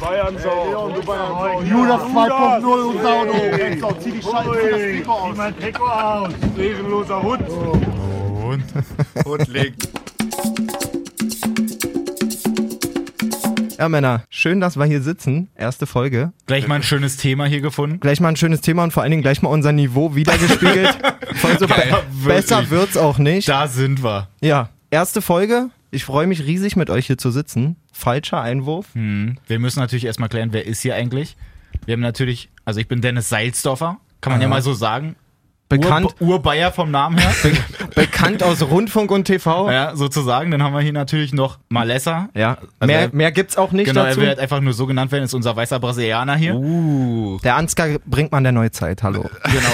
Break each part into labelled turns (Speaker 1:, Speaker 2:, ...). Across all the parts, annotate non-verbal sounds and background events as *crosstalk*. Speaker 1: Bayern Sau.
Speaker 2: Leon, du Bayern
Speaker 3: Judas 2.0 und Sauno.
Speaker 2: Hey.
Speaker 3: Sau, zieh die Scheiße, zieh das Trikot
Speaker 1: Zieh
Speaker 3: aus.
Speaker 1: mein Trikot aus. Seelenloser Hund.
Speaker 4: Und
Speaker 2: Und legt.
Speaker 5: Ja, Männer, schön, dass wir hier sitzen. Erste Folge.
Speaker 4: gleich mal ein schönes Thema hier gefunden.
Speaker 5: Gleich mal ein schönes Thema und vor allen Dingen gleich mal unser Niveau wiedergespiegelt. Voll
Speaker 4: *laughs*
Speaker 5: so
Speaker 4: Geil,
Speaker 5: be besser
Speaker 4: wirklich.
Speaker 5: wird's auch nicht.
Speaker 4: Da sind wir.
Speaker 5: Ja, erste Folge. Ich freue mich riesig, mit euch hier zu sitzen. Falscher Einwurf.
Speaker 4: Hm. Wir müssen natürlich erstmal klären, wer ist hier eigentlich. Wir haben natürlich, also ich bin Dennis Seilsdorfer, kann man ja mal so sagen.
Speaker 5: Bekannt, Genau.
Speaker 4: Ur Urbayer vom Namen her.
Speaker 5: *laughs* bekannt aus Rundfunk und TV.
Speaker 4: ja, sozusagen. Dann haben wir hier natürlich noch Malessa.
Speaker 5: Ja,
Speaker 4: Also
Speaker 5: mehr,
Speaker 4: er-
Speaker 5: mehr gibt's auch nicht
Speaker 4: Genau, er
Speaker 5: dazu.
Speaker 4: wird halt einfach nur so genannt werden, ist unser weißer Brasilianer hier.
Speaker 5: Der Ansgar bringt man der Neuzeit, hallo.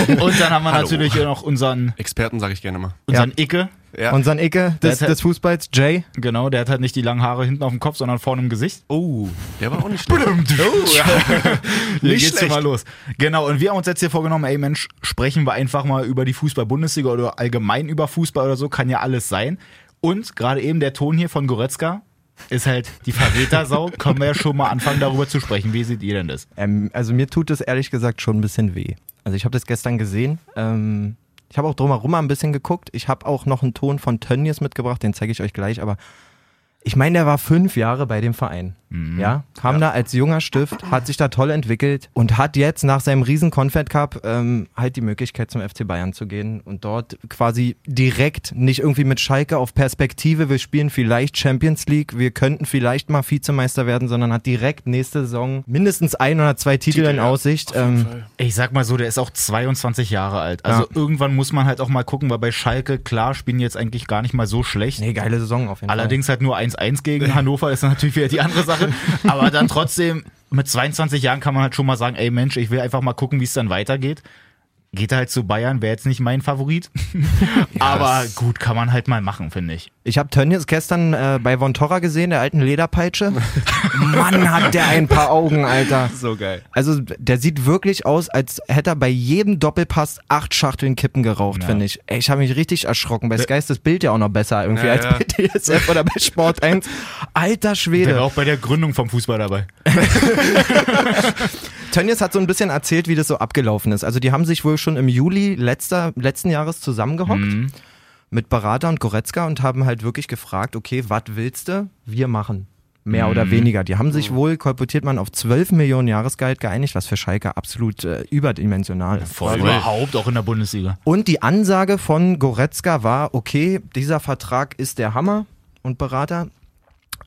Speaker 4: Genau. *laughs* Und dann haben wir
Speaker 2: Hallo.
Speaker 4: natürlich hier noch unseren,
Speaker 2: Experten sage ich gerne mal.
Speaker 4: unseren Icke.
Speaker 2: Ja.
Speaker 5: Unseren Icke des,
Speaker 4: Der hat-
Speaker 5: des Fußballs, Jay.
Speaker 4: Genau, der hat halt nicht die langen Haare hinten auf dem Kopf, sondern vorne im Gesicht.
Speaker 2: Oh, der war auch
Speaker 4: *laughs*
Speaker 2: nicht schlecht.
Speaker 4: Oh. Hier
Speaker 2: Nicht
Speaker 4: geht's schon
Speaker 2: schlecht.
Speaker 4: mal los. Genau, und wir haben uns jetzt hier vorgenommen, ey Mensch, sprechen wir einfach mal über die Fußball-Bundesliga oder allgemein über Fußball oder so, kann ja alles sein. Und gerade eben der Ton hier von Goretzka ist halt die *laughs* Verrätersau. Können wir ja schon mal anfangen, darüber zu sprechen. Wie seht ihr denn das?
Speaker 5: Ähm, also mir tut das ehrlich gesagt schon ein bisschen weh. Also ich habe das gestern gesehen. Ähm, ich habe auch drumherum mal ein bisschen geguckt. Ich habe auch noch einen Ton von Tönnies mitgebracht, den zeige ich euch gleich. Aber ich meine, der war fünf Jahre bei dem Verein. Ja, kam da als junger Stift, hat sich da toll entwickelt und hat jetzt nach seinem riesen Confed Cup ähm, halt die Möglichkeit zum FC Bayern zu gehen und dort quasi direkt, nicht irgendwie mit Schalke auf Perspektive, wir spielen vielleicht Champions League, wir könnten vielleicht mal Vizemeister werden, sondern hat direkt nächste Saison mindestens ein oder zwei Titel, in
Speaker 2: ja,
Speaker 5: Aussicht. Ähm,
Speaker 4: Ich sag mal so, der ist auch 22 Jahre alt. Also irgendwann muss man halt auch mal gucken, weil bei Schalke, klar, spielen die jetzt eigentlich gar nicht mal so schlecht.
Speaker 5: nee, geile Saison auf jeden
Speaker 4: Allerdings halt nur 1-1 gegen *laughs* Hannover ist natürlich wieder die andere Sache. Aber dann trotzdem, mit 22 Jahren kann man halt schon mal sagen, ey Mensch, ich will einfach mal gucken, wie es dann weitergeht. Geht er halt zu Bayern, wäre jetzt nicht mein Favorit. *laughs* Aber gut, kann man halt mal machen, finde ich.
Speaker 5: Fall. Ich habe Tönnies gestern äh, bei Von Torra gesehen, der alten Lederpeitsche. Mann, hat der ein paar Augen, Alter.
Speaker 2: So geil.
Speaker 5: Also der sieht wirklich aus, als hätte er bei jedem Doppelpass acht Schachteln Kippen geraucht,
Speaker 4: Ja.
Speaker 5: finde ich. Ey, ich habe mich richtig erschrocken. Bei Sky ist das Bild ja auch noch besser irgendwie
Speaker 2: Ja,
Speaker 5: als
Speaker 2: ja.
Speaker 5: bei DSF oder bei Sport 1. Alter
Speaker 4: Der war
Speaker 5: Schwede.
Speaker 4: auch bei der Gründung vom Fußball dabei.
Speaker 5: Tönnies hat so ein bisschen erzählt, wie das so abgelaufen ist. Also die haben sich wohl schon im Juli letzter, letzten Jahres zusammengehockt mit Berater und Goretzka und haben halt wirklich gefragt, okay, was willst du? Wir machen. Mehr oder weniger. Die haben sich wohl, kolportiert man, auf 12 Millionen Jahresgehalt geeinigt, was für Schalke absolut äh, überdimensional ist.
Speaker 4: Voll überhaupt auch in der Bundesliga.
Speaker 5: Und die Ansage von Goretzka war, okay, dieser Vertrag ist der Hammer und Berater.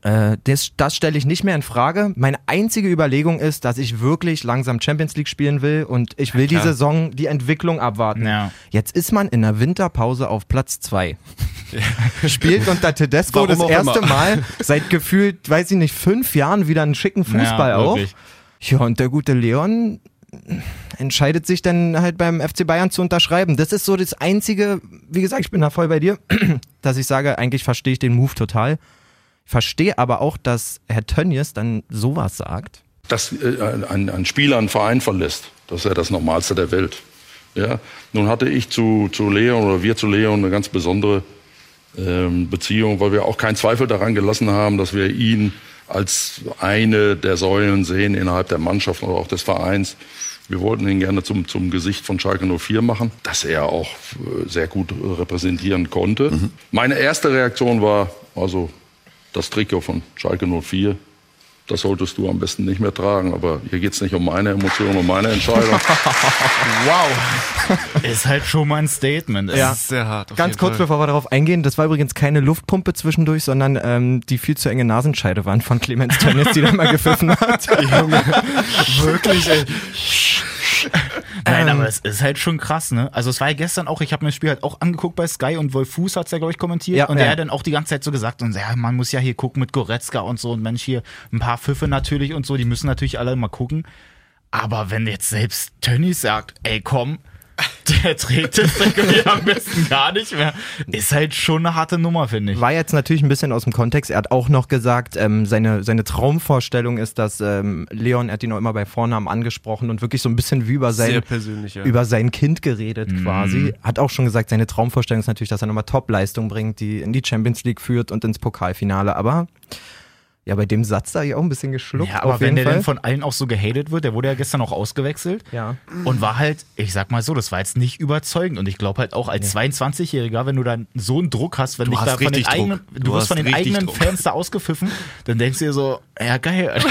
Speaker 5: Äh, das das stelle ich nicht mehr in Frage. Meine einzige Überlegung ist, dass ich wirklich langsam Champions League spielen will und ich will die Saison, die Entwicklung abwarten.
Speaker 4: Ja.
Speaker 5: Jetzt ist man in der Winterpause auf Platz zwei. *laughs* Spielt unter Tedesco
Speaker 2: Warum
Speaker 5: das
Speaker 2: auch
Speaker 5: erste
Speaker 2: immer. *laughs*
Speaker 5: Mal seit gefühlt, weiß ich nicht, fünf Jahren wieder einen schicken Fußball
Speaker 4: Ja,
Speaker 5: auf.
Speaker 4: wirklich.
Speaker 5: Ja, und der gute Leon entscheidet sich dann halt beim FC Bayern zu unterschreiben. Das ist so das Einzige, wie gesagt, ich bin da voll bei dir, *clears throat* dass ich sage, eigentlich verstehe ich den Move total. Verstehe aber auch, dass Herr Tönnies dann sowas sagt.
Speaker 6: dass äh, ein, ein Spieler einen Verein verlässt. Das ist ja das Normalste der Welt. Ja? Nun hatte ich zu, zu Leon oder wir zu Leon eine ganz besondere ähm, Beziehung, weil wir auch keinen Zweifel daran gelassen haben, dass wir ihn als eine der Säulen sehen innerhalb der Mannschaft oder auch des Vereins. Wir wollten ihn gerne zum, zum Gesicht von Schalke 04 machen, dass er auch äh, sehr gut äh, repräsentieren konnte. Meine erste Reaktion war also das Trikot von Schalke 04 das solltest du am besten nicht mehr tragen. Aber hier geht's nicht um meine Emotionen, um meine Entscheidung.
Speaker 4: Ist halt schon mal ein Statement.
Speaker 5: Ja.
Speaker 2: Das ist sehr hart. auf
Speaker 5: Ganz
Speaker 2: jeden
Speaker 5: kurz,
Speaker 2: Fall.
Speaker 5: bevor wir darauf eingehen, das war übrigens keine Luftpumpe zwischendurch, sondern ähm, die viel zu enge Nasenscheide waren von Clemens Tönnies, die da mal gepfiffen
Speaker 4: *laughs*
Speaker 5: hat.
Speaker 4: Wirklich, ey. Nein,
Speaker 5: Ähm.
Speaker 4: aber es ist halt schon krass, ne? Also es war ja gestern auch, ich habe mir das Spiel halt auch angeguckt bei Sky und Wolf Fuß hat's ja, glaube ich, kommentiert.
Speaker 5: Ja,
Speaker 4: und der
Speaker 5: ja.
Speaker 4: hat dann auch die ganze Zeit so gesagt, und so, ja, man muss ja hier gucken mit Goretzka und so und Mensch, hier ein paar Pfiffe natürlich und so, die müssen natürlich alle mal gucken. Aber wenn jetzt selbst Tönny sagt, ey komm, *laughs* der trägt das Ding hier am besten gar nicht mehr, ist halt schon eine harte Nummer, finde ich.
Speaker 5: War jetzt natürlich ein bisschen aus dem Kontext. Er hat auch noch gesagt, ähm, seine, seine Traumvorstellung ist, dass ähm, Leon, er hat ihn auch immer bei Vornamen angesprochen und wirklich so ein bisschen wie über sein,
Speaker 2: Sehr persönlich, ja.
Speaker 5: über sein Kind geredet
Speaker 4: Mhm.
Speaker 5: quasi. Hat auch schon gesagt, seine Traumvorstellung ist natürlich, dass er nochmal Top-Leistung bringt, die in die Champions League führt und ins Pokalfinale. Aber Ja, bei dem Satz da habe ich auch ein bisschen geschluckt.
Speaker 4: Ja, aber
Speaker 5: auf
Speaker 4: wenn
Speaker 5: jeden
Speaker 4: der
Speaker 5: Fall.
Speaker 4: denn von allen auch so gehatet wird, der wurde ja gestern auch ausgewechselt
Speaker 5: Ja.
Speaker 4: und war halt, ich sag mal so, das war jetzt nicht überzeugend und ich glaube halt auch als 22-Jähriger, wenn du dann so einen Druck hast, wenn dich
Speaker 2: hast
Speaker 4: da von den
Speaker 2: richtig
Speaker 4: eigenen,
Speaker 2: Druck.
Speaker 4: du,
Speaker 2: Du
Speaker 4: wirst von
Speaker 2: hast
Speaker 4: den
Speaker 2: richtig
Speaker 4: eigenen
Speaker 2: Druck.
Speaker 4: Fans da ausgepfiffen, dann denkst du dir so, ja geil,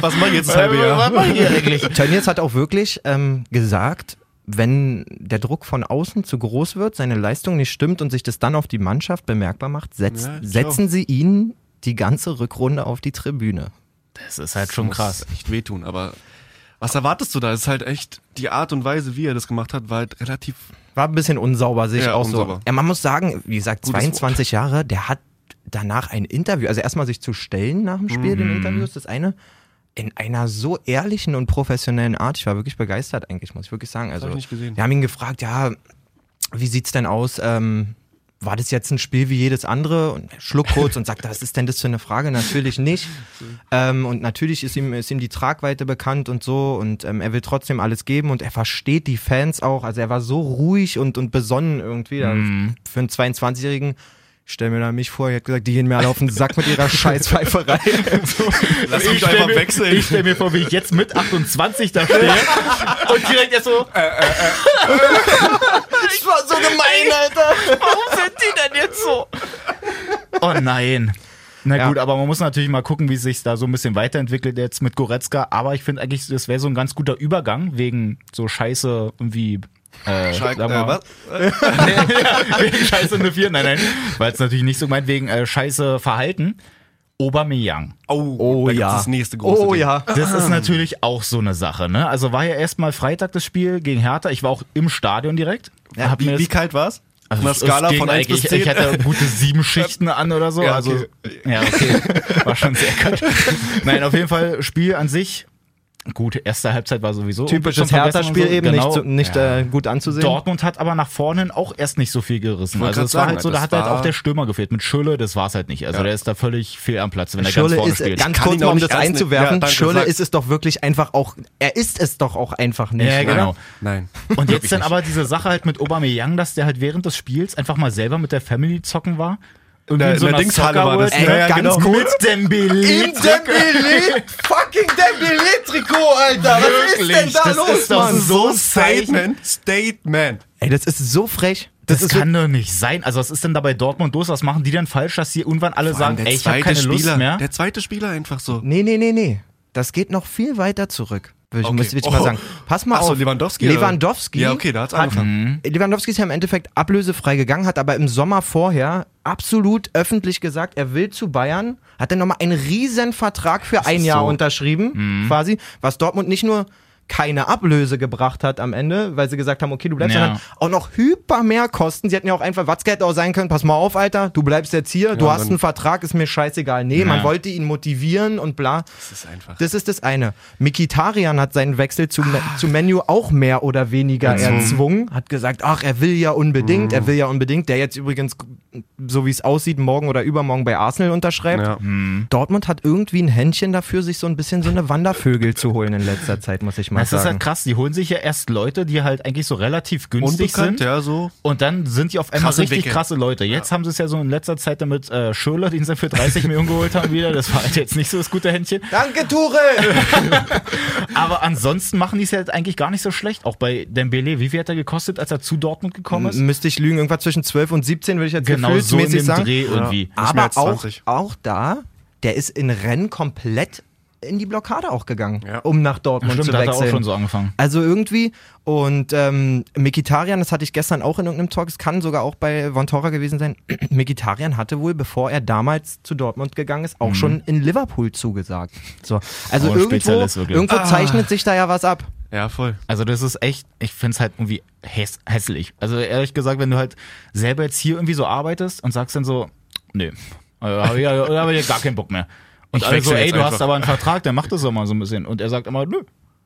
Speaker 4: was mach ich jetzt
Speaker 5: halbe Jahr?
Speaker 4: Was mach ich hier eigentlich?
Speaker 5: Tönnies hat auch wirklich ähm, gesagt, wenn der Druck von außen zu groß wird, seine Leistung nicht stimmt und sich das dann auf die Mannschaft bemerkbar macht, setz,
Speaker 2: Ja, ich
Speaker 5: setzen sie ihn die ganze Rückrunde auf die Tribüne.
Speaker 4: Das ist halt schon
Speaker 2: muss
Speaker 4: krass.
Speaker 2: echt wehtun, aber was erwartest du da? Es ist halt echt, die Art und Weise, wie er das gemacht hat, war halt relativ.
Speaker 5: War ein bisschen unsauber, sich
Speaker 2: Ja,
Speaker 5: auch
Speaker 2: unsauber.
Speaker 5: so. Ja, man muss sagen, wie gesagt,
Speaker 2: Gutes
Speaker 5: 22 Jahre, der hat danach ein Interview, also erstmal sich zu stellen nach dem
Speaker 2: Mhm.
Speaker 5: Spiel, den Interviews, das eine, in einer so ehrlichen und professionellen Art. Ich war wirklich begeistert eigentlich, muss ich wirklich sagen. Also,
Speaker 2: hab ich nicht gesehen.
Speaker 5: Wir haben ihn gefragt, ja, wie sieht's denn aus? Ähm, war das jetzt ein Spiel wie jedes andere? Und er schluckt kurz und sagt, was ist denn das für eine Frage? Natürlich nicht. Ähm, und natürlich ist ihm, ist ihm die Tragweite bekannt und so. Und ähm, er will trotzdem alles geben und er versteht die Fans auch. Also er war so ruhig und, und besonnen irgendwie. Da- Für einen 22-Jährigen, ich stell mir da mich vor, er hat gesagt, die gehen mir alle auf den Sack mit ihrer Scheißpfeiferei.
Speaker 2: Lass
Speaker 4: Ich stell mir- Ich stell mir vor, wie ich jetzt mit 28 da stehe *laughs* und direkt erst so,
Speaker 2: Äh,
Speaker 4: *laughs*
Speaker 5: das war so gemein, Alter.
Speaker 4: Oh nein. Na
Speaker 5: Ja.
Speaker 4: gut, aber man muss natürlich mal gucken, wie es sich da so ein bisschen weiterentwickelt jetzt mit Goretzka. Aber ich finde eigentlich, das wäre so ein ganz guter Übergang wegen so Scheiße irgendwie. Äh,
Speaker 2: Schalk-
Speaker 4: sag
Speaker 2: äh, was?
Speaker 4: Ja, *laughs* wegen Scheiße 04, nein, nein. Weil es natürlich nicht so meint, wegen äh, Scheiße Verhalten. Aubameyang.
Speaker 2: Oh,
Speaker 5: Oh
Speaker 2: da gibt's
Speaker 5: ja.
Speaker 2: Das nächste große
Speaker 5: oh
Speaker 2: Ding.
Speaker 5: ja.
Speaker 4: Das
Speaker 2: Ah.
Speaker 4: ist natürlich auch so eine Sache, ne? Also war ja erstmal Freitag das Spiel gegen Hertha. Ich war auch im Stadion direkt.
Speaker 5: Ja,
Speaker 4: Hab mir
Speaker 2: Wie,
Speaker 4: das-
Speaker 2: wie kalt war's?
Speaker 4: also
Speaker 2: Auf
Speaker 4: es-
Speaker 2: einer Skala
Speaker 4: es ging
Speaker 2: von 1 bis
Speaker 4: eigentlich-
Speaker 2: 10. *laughs*
Speaker 4: Ich hatte gute sieben Schichten an oder so.
Speaker 2: Ja,
Speaker 4: also,
Speaker 2: okay.
Speaker 4: ja, okay. War schon sehr
Speaker 2: *laughs*
Speaker 4: kalt. Nein, auf jeden Fall, Spiel an sich. Gut, erste Halbzeit war sowieso.
Speaker 5: Typisches
Speaker 4: schon verbessert
Speaker 5: Hertha-Spiel
Speaker 4: und so.
Speaker 5: eben
Speaker 4: Genau.
Speaker 5: nicht, zu- nicht
Speaker 4: Ja.
Speaker 5: äh, gut anzusehen.
Speaker 4: Dortmund hat aber nach vorne hin auch erst nicht so viel gerissen.
Speaker 2: wollte
Speaker 4: Also
Speaker 2: grad
Speaker 4: es war
Speaker 2: sagen,
Speaker 4: halt so,
Speaker 2: das
Speaker 4: da hat halt
Speaker 2: war-
Speaker 4: auch der Stürmer gefehlt. Mit Schürrle, das war's halt nicht. Also
Speaker 2: Ja.
Speaker 4: der ist da völlig fehl am Platz, wenn er ganz
Speaker 5: Schürrle
Speaker 4: vorne
Speaker 5: ist,
Speaker 4: spielt.
Speaker 5: ganz
Speaker 2: kann
Speaker 5: kurz
Speaker 2: ihn auch
Speaker 5: mal, um
Speaker 2: nicht
Speaker 5: das
Speaker 2: ernst nehmen. Ja,
Speaker 5: einzuwerfen,
Speaker 2: danke,
Speaker 5: Schürrle
Speaker 2: sag-
Speaker 5: ist es doch wirklich einfach auch, er ist es doch auch einfach nicht.
Speaker 4: Ja, genau.
Speaker 2: Nein.
Speaker 4: Und
Speaker 2: Wirklich
Speaker 4: jetzt dann
Speaker 2: nicht.
Speaker 4: aber diese Sache halt mit Aubameyang, dass der halt während des Spiels einfach mal selber mit der Family zocken war. Irgendwie
Speaker 2: Na, in der
Speaker 4: einer
Speaker 2: Dingshalle war das,
Speaker 4: Soccer World,
Speaker 5: ne?
Speaker 4: ne?
Speaker 5: Ja,
Speaker 4: ganz
Speaker 5: genau.
Speaker 4: kurz. Mit Dembele.
Speaker 5: Im Dembele, fucking Dembele-Trikot, Alter. Was ist denn da
Speaker 4: das
Speaker 5: los,
Speaker 4: ist doch
Speaker 5: Mann?
Speaker 4: so Zeichen.
Speaker 2: Statement. Statement.
Speaker 5: Ey, das ist so frech.
Speaker 4: Das,
Speaker 5: ist
Speaker 4: kann doch nicht sein. Also was ist denn da bei Dortmund los? Was machen die denn falsch, dass sie irgendwann alle
Speaker 2: Vor allem
Speaker 4: sagen, ey, ich habe keine
Speaker 2: Spieler,
Speaker 4: Lust mehr?
Speaker 2: Der zweite Spieler einfach so.
Speaker 5: Nee, nee, nee, nee. Das geht noch viel weiter zurück, würde ich,
Speaker 2: Okay.
Speaker 5: muss ich
Speaker 2: Oh.
Speaker 5: mal sagen. Pass mal
Speaker 2: Ach so,
Speaker 5: auf.
Speaker 2: Lewandowski, oder?
Speaker 5: Lewandowski.
Speaker 2: Ja, okay, da hat's
Speaker 5: hat- Mhm.
Speaker 2: angefangen.
Speaker 5: Äh, Lewandowski ist ja im Endeffekt ablösefrei gegangen, hat aber im Sommer vorher absolut öffentlich gesagt, er will zu Bayern, hat dann nochmal einen riesen Vertrag für ein
Speaker 2: ist
Speaker 5: Jahr
Speaker 2: so.
Speaker 5: unterschrieben, quasi, was Dortmund nicht nur keine Ablöse gebracht hat am Ende, weil sie gesagt haben, okay, du bleibst,
Speaker 4: Ja.
Speaker 5: sondern auch noch hyper mehr Kosten. Sie hätten ja auch einfach, Watzke hätte auch sein können, pass mal auf, Alter, du bleibst jetzt hier, du
Speaker 2: und
Speaker 5: hast
Speaker 2: dann-
Speaker 5: einen Vertrag, ist mir scheißegal. Nee, man
Speaker 4: Ja.
Speaker 5: wollte ihn motivieren und bla.
Speaker 2: Das ist einfach.
Speaker 5: Das ist das eine. Mikitarian hat seinen Wechsel zu,
Speaker 4: Ah.
Speaker 5: zu Menu auch mehr oder weniger
Speaker 4: Mhm.
Speaker 5: erzwungen. Hat gesagt, ach, er will ja unbedingt, er will ja unbedingt. Der jetzt übrigens, so wie es aussieht, morgen oder übermorgen bei Arsenal unterschreibt.
Speaker 2: ja.
Speaker 4: Hm.
Speaker 5: Dortmund hat irgendwie ein Händchen dafür, sich so ein bisschen so eine Wandervögel zu holen in letzter Zeit, muss ich mal
Speaker 4: Das ist
Speaker 5: sagen.
Speaker 4: halt krass. Die holen sich ja erst Leute, die halt eigentlich so relativ günstig
Speaker 2: Unbekannt,
Speaker 4: sind.
Speaker 2: ja, so.
Speaker 4: Und dann sind die auf einmal
Speaker 2: Krasse
Speaker 4: richtig
Speaker 2: Wicke.
Speaker 4: krasse Leute. Jetzt haben sie es ja so in letzter Zeit damit äh, Schürrle, den sie für 30 *laughs* Millionen geholt haben wieder. Das war halt jetzt nicht so das gute Händchen.
Speaker 5: Danke, Tuchel!
Speaker 4: *laughs* Aber ansonsten machen die es ja halt eigentlich gar nicht so schlecht. Auch bei Dembele, wie viel hat er gekostet, als er zu Dortmund gekommen ist?
Speaker 5: M- Müsste ich lügen, irgendwas zwischen 12 und 17 würde ich jetzt
Speaker 4: Genau so in
Speaker 5: Mhm. gefühlsmäßig Ah,
Speaker 4: dem
Speaker 5: sagen.
Speaker 4: Dreh irgendwie.
Speaker 2: Nicht mehr
Speaker 5: Aber
Speaker 2: als
Speaker 5: auch,
Speaker 2: 20.
Speaker 5: auch da, der ist in Rennen komplett in die Blockade auch gegangen,
Speaker 2: Ja.
Speaker 5: um nach Dortmund
Speaker 4: Stimmt,
Speaker 5: zu
Speaker 4: da hat
Speaker 5: wechseln.
Speaker 4: er auch schon so angefangen.
Speaker 5: Also irgendwie, und ähm, Mikitarian, das hatte ich gestern auch in irgendeinem Talk, es kann sogar auch bei Vontora gewesen sein, *clears throat* Mikitarian hatte wohl, bevor er damals zu Dortmund gegangen ist,
Speaker 2: Mhm.
Speaker 5: auch schon in Liverpool zugesagt. So. Also
Speaker 4: Oh, ein
Speaker 5: irgendwo,
Speaker 4: Spezialist wirklich.
Speaker 2: Ah.
Speaker 5: irgendwo zeichnet sich da ja was ab.
Speaker 2: Ja, voll.
Speaker 4: Also das ist echt, ich finde es halt irgendwie häss hässlich. Also ehrlich gesagt, wenn du halt selber jetzt hier irgendwie so arbeitest und sagst dann so, nee, da habe ich, ja- da hab ich ja gar keinen Bock mehr. Und
Speaker 2: Ich
Speaker 4: alle so,
Speaker 2: wechsle
Speaker 4: ey,
Speaker 2: jetzt
Speaker 4: du hast
Speaker 2: einfach.
Speaker 4: aber einen Vertrag, der macht das doch mal so ein bisschen. Und er sagt immer, nö.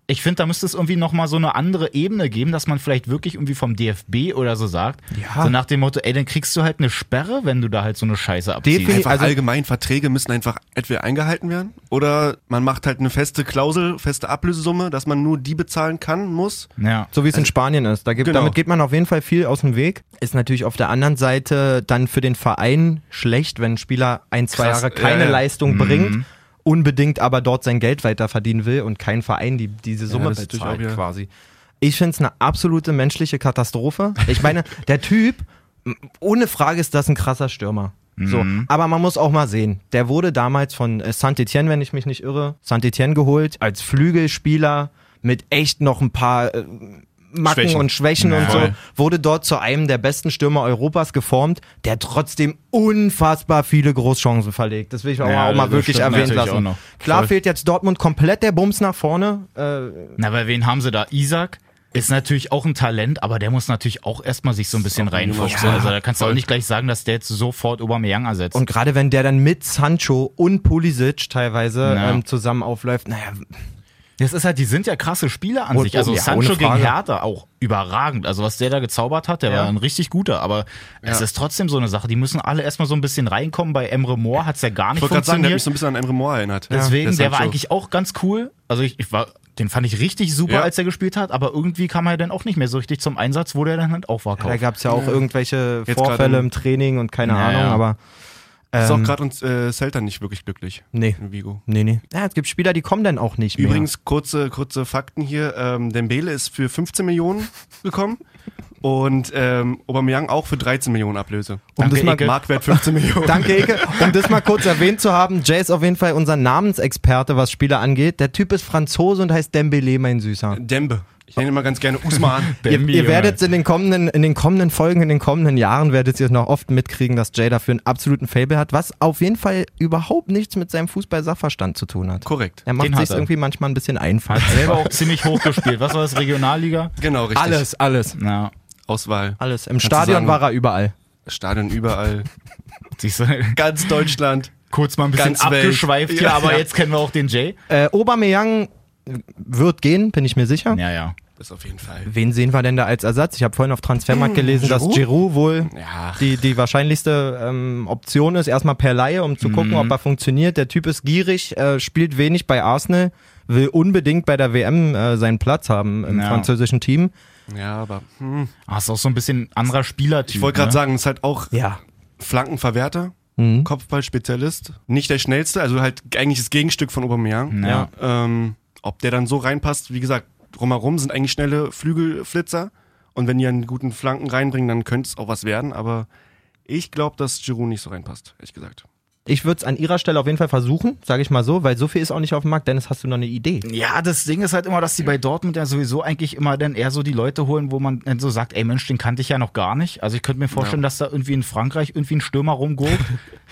Speaker 4: Ich finde, da müsste es irgendwie nochmal so eine andere Ebene geben, dass man vielleicht wirklich irgendwie vom DFB oder so sagt.
Speaker 5: Ja.
Speaker 4: So nach dem Motto, ey, dann kriegst du halt eine Sperre, wenn du da halt so eine Scheiße abziehst.
Speaker 5: Definitiv.
Speaker 2: Einfach
Speaker 5: Also-
Speaker 2: allgemein, Verträge müssen einfach entweder eingehalten werden oder man macht halt eine feste Klausel, feste Ablösesumme, dass man nur die bezahlen kann, muss.
Speaker 4: Ja.
Speaker 5: So wie es in Spanien ist. Da gibt,
Speaker 2: Also Genau.
Speaker 5: Damit geht man auf jeden Fall viel aus dem Weg. Ist natürlich auf der anderen Seite dann für den Verein schlecht, wenn ein Spieler ein, zwei
Speaker 2: Krass,
Speaker 5: Jahre keine
Speaker 2: ja, Mhm. ja.
Speaker 5: Leistung bringt. unbedingt aber dort sein Geld weiter verdienen will und kein Verein die diese Summe
Speaker 2: das ist
Speaker 5: bezahlt
Speaker 2: natürlich auch wieder-
Speaker 5: quasi. Ich finde es eine absolute menschliche Katastrophe. Ich meine, der Typ, m- ohne Frage ist das ein krasser Stürmer. So,
Speaker 4: Mhm.
Speaker 5: aber man muss auch mal sehen, der wurde damals von äh, Saint-Etienne, wenn ich mich nicht irre, Saint-Etienne geholt, als Flügelspieler mit echt noch ein paar äh, Macken
Speaker 2: Schwächen.
Speaker 5: und Schwächen und so,
Speaker 2: Voll.
Speaker 5: wurde dort zu einem der besten Stürmer Europas geformt, der trotzdem unfassbar viele Großchancen verlegt. Das will ich auch,
Speaker 4: Ja,
Speaker 5: auch mal
Speaker 4: das
Speaker 5: wirklich
Speaker 4: stimmt
Speaker 5: erwähnt
Speaker 4: natürlich auch
Speaker 5: lassen.
Speaker 4: noch.
Speaker 5: Klar
Speaker 4: Voll.
Speaker 5: fehlt jetzt Dortmund komplett der Bums nach vorne. Äh,
Speaker 4: Na, weil wen haben sie da? Isaac ist natürlich auch ein Talent, aber der muss natürlich auch erstmal sich so ein bisschen reinfuchsen. also da kannst du auch nicht gleich sagen, dass der jetzt sofort Aubameyang ersetzt.
Speaker 5: und gerade wenn der dann mit Sancho und Pulisic teilweise
Speaker 4: Ja.
Speaker 5: ähm, zusammen aufläuft, naja,
Speaker 4: das ist halt, die sind ja krasse Spieler an
Speaker 5: Und- oh,
Speaker 4: sich. Also
Speaker 5: ja,
Speaker 4: Sancho
Speaker 5: ohne
Speaker 4: gegen
Speaker 5: Frage.
Speaker 4: Hertha auch überragend. Also was der da gezaubert hat, der war ein richtig guter. Aber es ist trotzdem so eine Sache. Die müssen alle erstmal so ein bisschen reinkommen. Bei Emre Moore hat's ja gar
Speaker 2: Ich
Speaker 4: nicht
Speaker 2: wollte gerade sagen, der hat mich
Speaker 4: funktioniert.
Speaker 2: so ein bisschen an Emre Moore erinnert.
Speaker 4: Deswegen, der, war
Speaker 5: halt
Speaker 2: Sancho.
Speaker 4: eigentlich auch ganz cool. Also ich, ich war, den fand ich richtig super,
Speaker 2: Ja.
Speaker 4: als er gespielt hat, aber irgendwie kam er dann auch nicht mehr so richtig zum Einsatz, wo der dann halt auch war.
Speaker 5: da gab es ja auch irgendwelche
Speaker 2: Jetzt gerade
Speaker 5: Vorfälle
Speaker 2: im-
Speaker 5: im Training und keine
Speaker 4: Ja,
Speaker 5: Ahnung,
Speaker 4: ja.
Speaker 5: aber
Speaker 2: Ist auch
Speaker 5: ähm,
Speaker 2: gerade uns äh, Celta nicht wirklich glücklich.
Speaker 5: nee.
Speaker 2: in Vigo.
Speaker 5: Nee, nee. Ja, es gibt Spieler, die kommen dann auch nicht mehr.
Speaker 2: Übrigens, kurze, kurze Fakten hier. Ähm, Dembele ist für 15 Millionen gekommen und ähm, Aubameyang auch für 13 Millionen Ablöse.
Speaker 5: Um das mal-
Speaker 2: Marktwert *laughs* 15 Millionen.
Speaker 5: Danke, Eke. Um das mal kurz erwähnt zu haben, Jay ist auf jeden Fall unser Namensexperte, was Spieler angeht. Der Typ ist Franzose und heißt Dembele, mein Süßer.
Speaker 2: Dembe. Ich nenne immer ganz gerne Usman.
Speaker 5: Ihr, ihr werdet in den kommenden, in den kommenden Folgen, in den kommenden Jahren werdet ihr es noch oft mitkriegen, dass Jay dafür einen absoluten Fable hat, was auf jeden Fall überhaupt nichts mit seinem Fußball-Sachverstand zu tun hat.
Speaker 2: Korrekt.
Speaker 5: Er macht
Speaker 4: Den hat
Speaker 5: sich
Speaker 4: er.
Speaker 5: irgendwie manchmal ein bisschen einfach.
Speaker 4: Hat selber auch ziemlich hoch gespielt. Was war das? Regionalliga?
Speaker 2: Genau, richtig.
Speaker 5: Alles, alles.
Speaker 4: Na,
Speaker 2: Auswahl.
Speaker 5: Alles. Im
Speaker 2: du
Speaker 5: Stadion
Speaker 2: sagen-
Speaker 5: war er überall.
Speaker 2: Stadion überall.
Speaker 4: siehst du,
Speaker 2: Ganz Deutschland.
Speaker 4: kurz mal ein bisschen
Speaker 2: Ganz Welt.
Speaker 4: abgeschweift hier,
Speaker 2: Ja,
Speaker 4: aber
Speaker 2: ja.
Speaker 4: jetzt kennen wir auch den Jay.
Speaker 5: Äh, Aubameyang wird gehen, bin ich mir sicher.
Speaker 4: Ja, ja.
Speaker 2: Das auf jeden Fall.
Speaker 5: Wen sehen wir denn da als Ersatz? Ich habe vorhin auf Transfermarkt gelesen, dass
Speaker 2: Giroud?
Speaker 5: Giroud wohl
Speaker 2: Ja.
Speaker 5: die, die wahrscheinlichste ähm, Option ist, erstmal per Laie, um zu gucken,
Speaker 4: Mhm.
Speaker 5: ob er funktioniert. Der Typ ist gierig, äh, spielt wenig bei Arsenal, will unbedingt bei der WM äh, seinen Platz haben im
Speaker 4: Ja.
Speaker 5: französischen Team.
Speaker 2: Ja, aber
Speaker 4: Ah, ist auch so ein bisschen ein anderer Spielertyp.
Speaker 2: ich wollte gerade
Speaker 4: ne?
Speaker 2: sagen, ist halt auch
Speaker 5: Ja.
Speaker 2: Flankenverwerter, Kopfballspezialist, nicht der schnellste, also halt eigentlich das Gegenstück von Aubameyang.
Speaker 4: Ja.
Speaker 2: Ähm, ob der dann so reinpasst, wie gesagt, drumherum sind eigentlich schnelle Flügelflitzer und wenn die einen guten Flanken reinbringen, dann könnte es auch was werden, aber ich glaube, dass Giroud nicht so reinpasst, ehrlich gesagt.
Speaker 5: Ich würde es an ihrer Stelle auf jeden Fall versuchen, sage ich mal so, weil so viel ist auch nicht auf dem Markt. Dennis, hast du noch eine Idee?
Speaker 4: Ja, das Ding ist halt immer, dass die bei Dortmund ja sowieso eigentlich immer dann eher so die Leute holen, wo man dann so sagt, ey Mensch, den kannte ich ja noch gar nicht. Also ich könnte mir vorstellen, dass da irgendwie in Frankreich irgendwie ein Stürmer *laughs* rumguckt,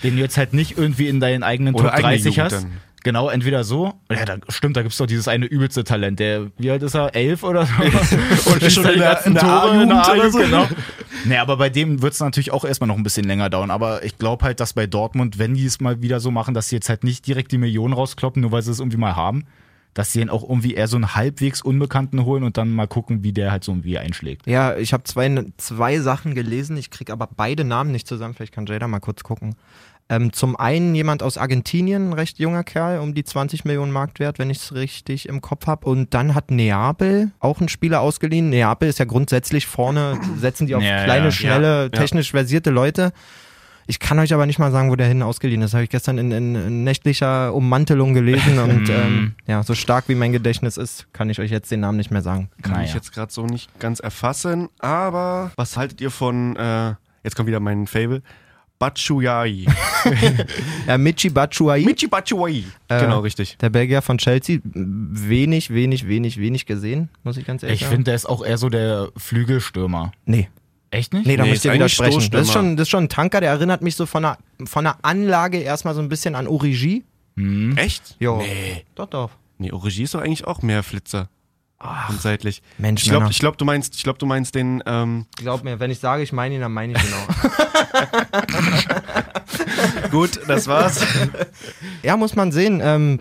Speaker 4: den du jetzt halt nicht irgendwie in deinen eigenen
Speaker 2: Oder
Speaker 4: Top
Speaker 2: eigene
Speaker 4: 30
Speaker 2: Jugend
Speaker 4: hast.
Speaker 2: dann.
Speaker 4: Genau, entweder so. Ja, da, stimmt, da gibt's doch dieses eine übelste Talent. Der, wie alt ist er? Elf oder so? *laughs* Und schießt
Speaker 2: Schon
Speaker 4: dann
Speaker 2: in
Speaker 4: die
Speaker 2: der-
Speaker 4: ganzen
Speaker 2: in der
Speaker 4: Tore in
Speaker 2: A-Jugend oder
Speaker 4: der A-Jugend,
Speaker 2: so.
Speaker 4: genau. *laughs* Nee, aber bei dem wird's natürlich auch erstmal noch ein bisschen länger dauern. Aber ich glaube halt, dass bei Dortmund, wenn die es mal wieder so machen, dass sie jetzt halt nicht direkt die Millionen rauskloppen, nur weil sie es irgendwie mal haben, dass sie dann auch irgendwie eher so einen halbwegs Unbekannten holen und dann mal gucken, wie der halt so irgendwie einschlägt.
Speaker 5: Ja, ich habe zwei, zwei Sachen gelesen, ich krieg aber beide Namen nicht zusammen. Vielleicht kann Jada mal kurz gucken. Ähm, zum einen jemand aus Argentinien, ein recht junger Kerl, um die 20 Millionen Markt wert, wenn ich es richtig im Kopf habe. Und dann hat Neapel auch einen Spieler ausgeliehen. Neapel ist ja grundsätzlich vorne, setzen die auf
Speaker 4: Ja,
Speaker 5: kleine,
Speaker 4: ja.
Speaker 5: schnelle, technisch versierte Leute. Ich kann euch aber nicht mal sagen, wo der hin ausgeliehen ist. Habe ich gestern in, in, in nächtlicher Ummantelung
Speaker 4: *laughs*
Speaker 5: gelesen und ähm, ja, so stark wie mein Gedächtnis ist, kann ich euch jetzt den Namen nicht mehr sagen.
Speaker 2: Kann
Speaker 4: Naja.
Speaker 2: ich jetzt gerade so nicht ganz erfassen, aber was haltet ihr von, äh, jetzt kommt wieder mein Fable, Batshuayi.
Speaker 5: Äh, Michi Batshuayi.
Speaker 2: Michi Batshuayi.
Speaker 5: Äh.
Speaker 2: genau, richtig.
Speaker 5: Der Belgier von Chelsea, wenig, wenig, wenig, wenig gesehen, muss ich ganz ehrlich
Speaker 4: Ich
Speaker 5: sagen.
Speaker 4: finde, der ist auch eher so der Flügelstürmer.
Speaker 5: Nee.
Speaker 4: Echt nicht?
Speaker 5: Nee, da
Speaker 2: Nee,
Speaker 5: muss ich
Speaker 2: ist
Speaker 5: dir
Speaker 2: eigentlich
Speaker 5: widersprechen. Das ist,
Speaker 2: Stoßstürmer.
Speaker 5: schon, das ist schon ein Tanker, der erinnert mich so von der, von der Anlage erstmal so ein bisschen an Origi. Hm?
Speaker 2: Echt?
Speaker 5: Jo.
Speaker 2: Nee.
Speaker 5: Doch, doch.
Speaker 2: Nee, Origi ist doch eigentlich auch mehr Flitzer. Ach. Und seitlich.
Speaker 5: Mensch,
Speaker 2: ich glaube,
Speaker 5: Männer.
Speaker 2: ich glaub, du meinst, ich glaube, du meinst den,
Speaker 5: *laughs*
Speaker 2: ähm,
Speaker 5: Glaub mir, wenn ich sage, ich meine ihn, dann meine ich ihn auch.
Speaker 2: gut, das war's.
Speaker 5: ja, muss man sehen. Ähm,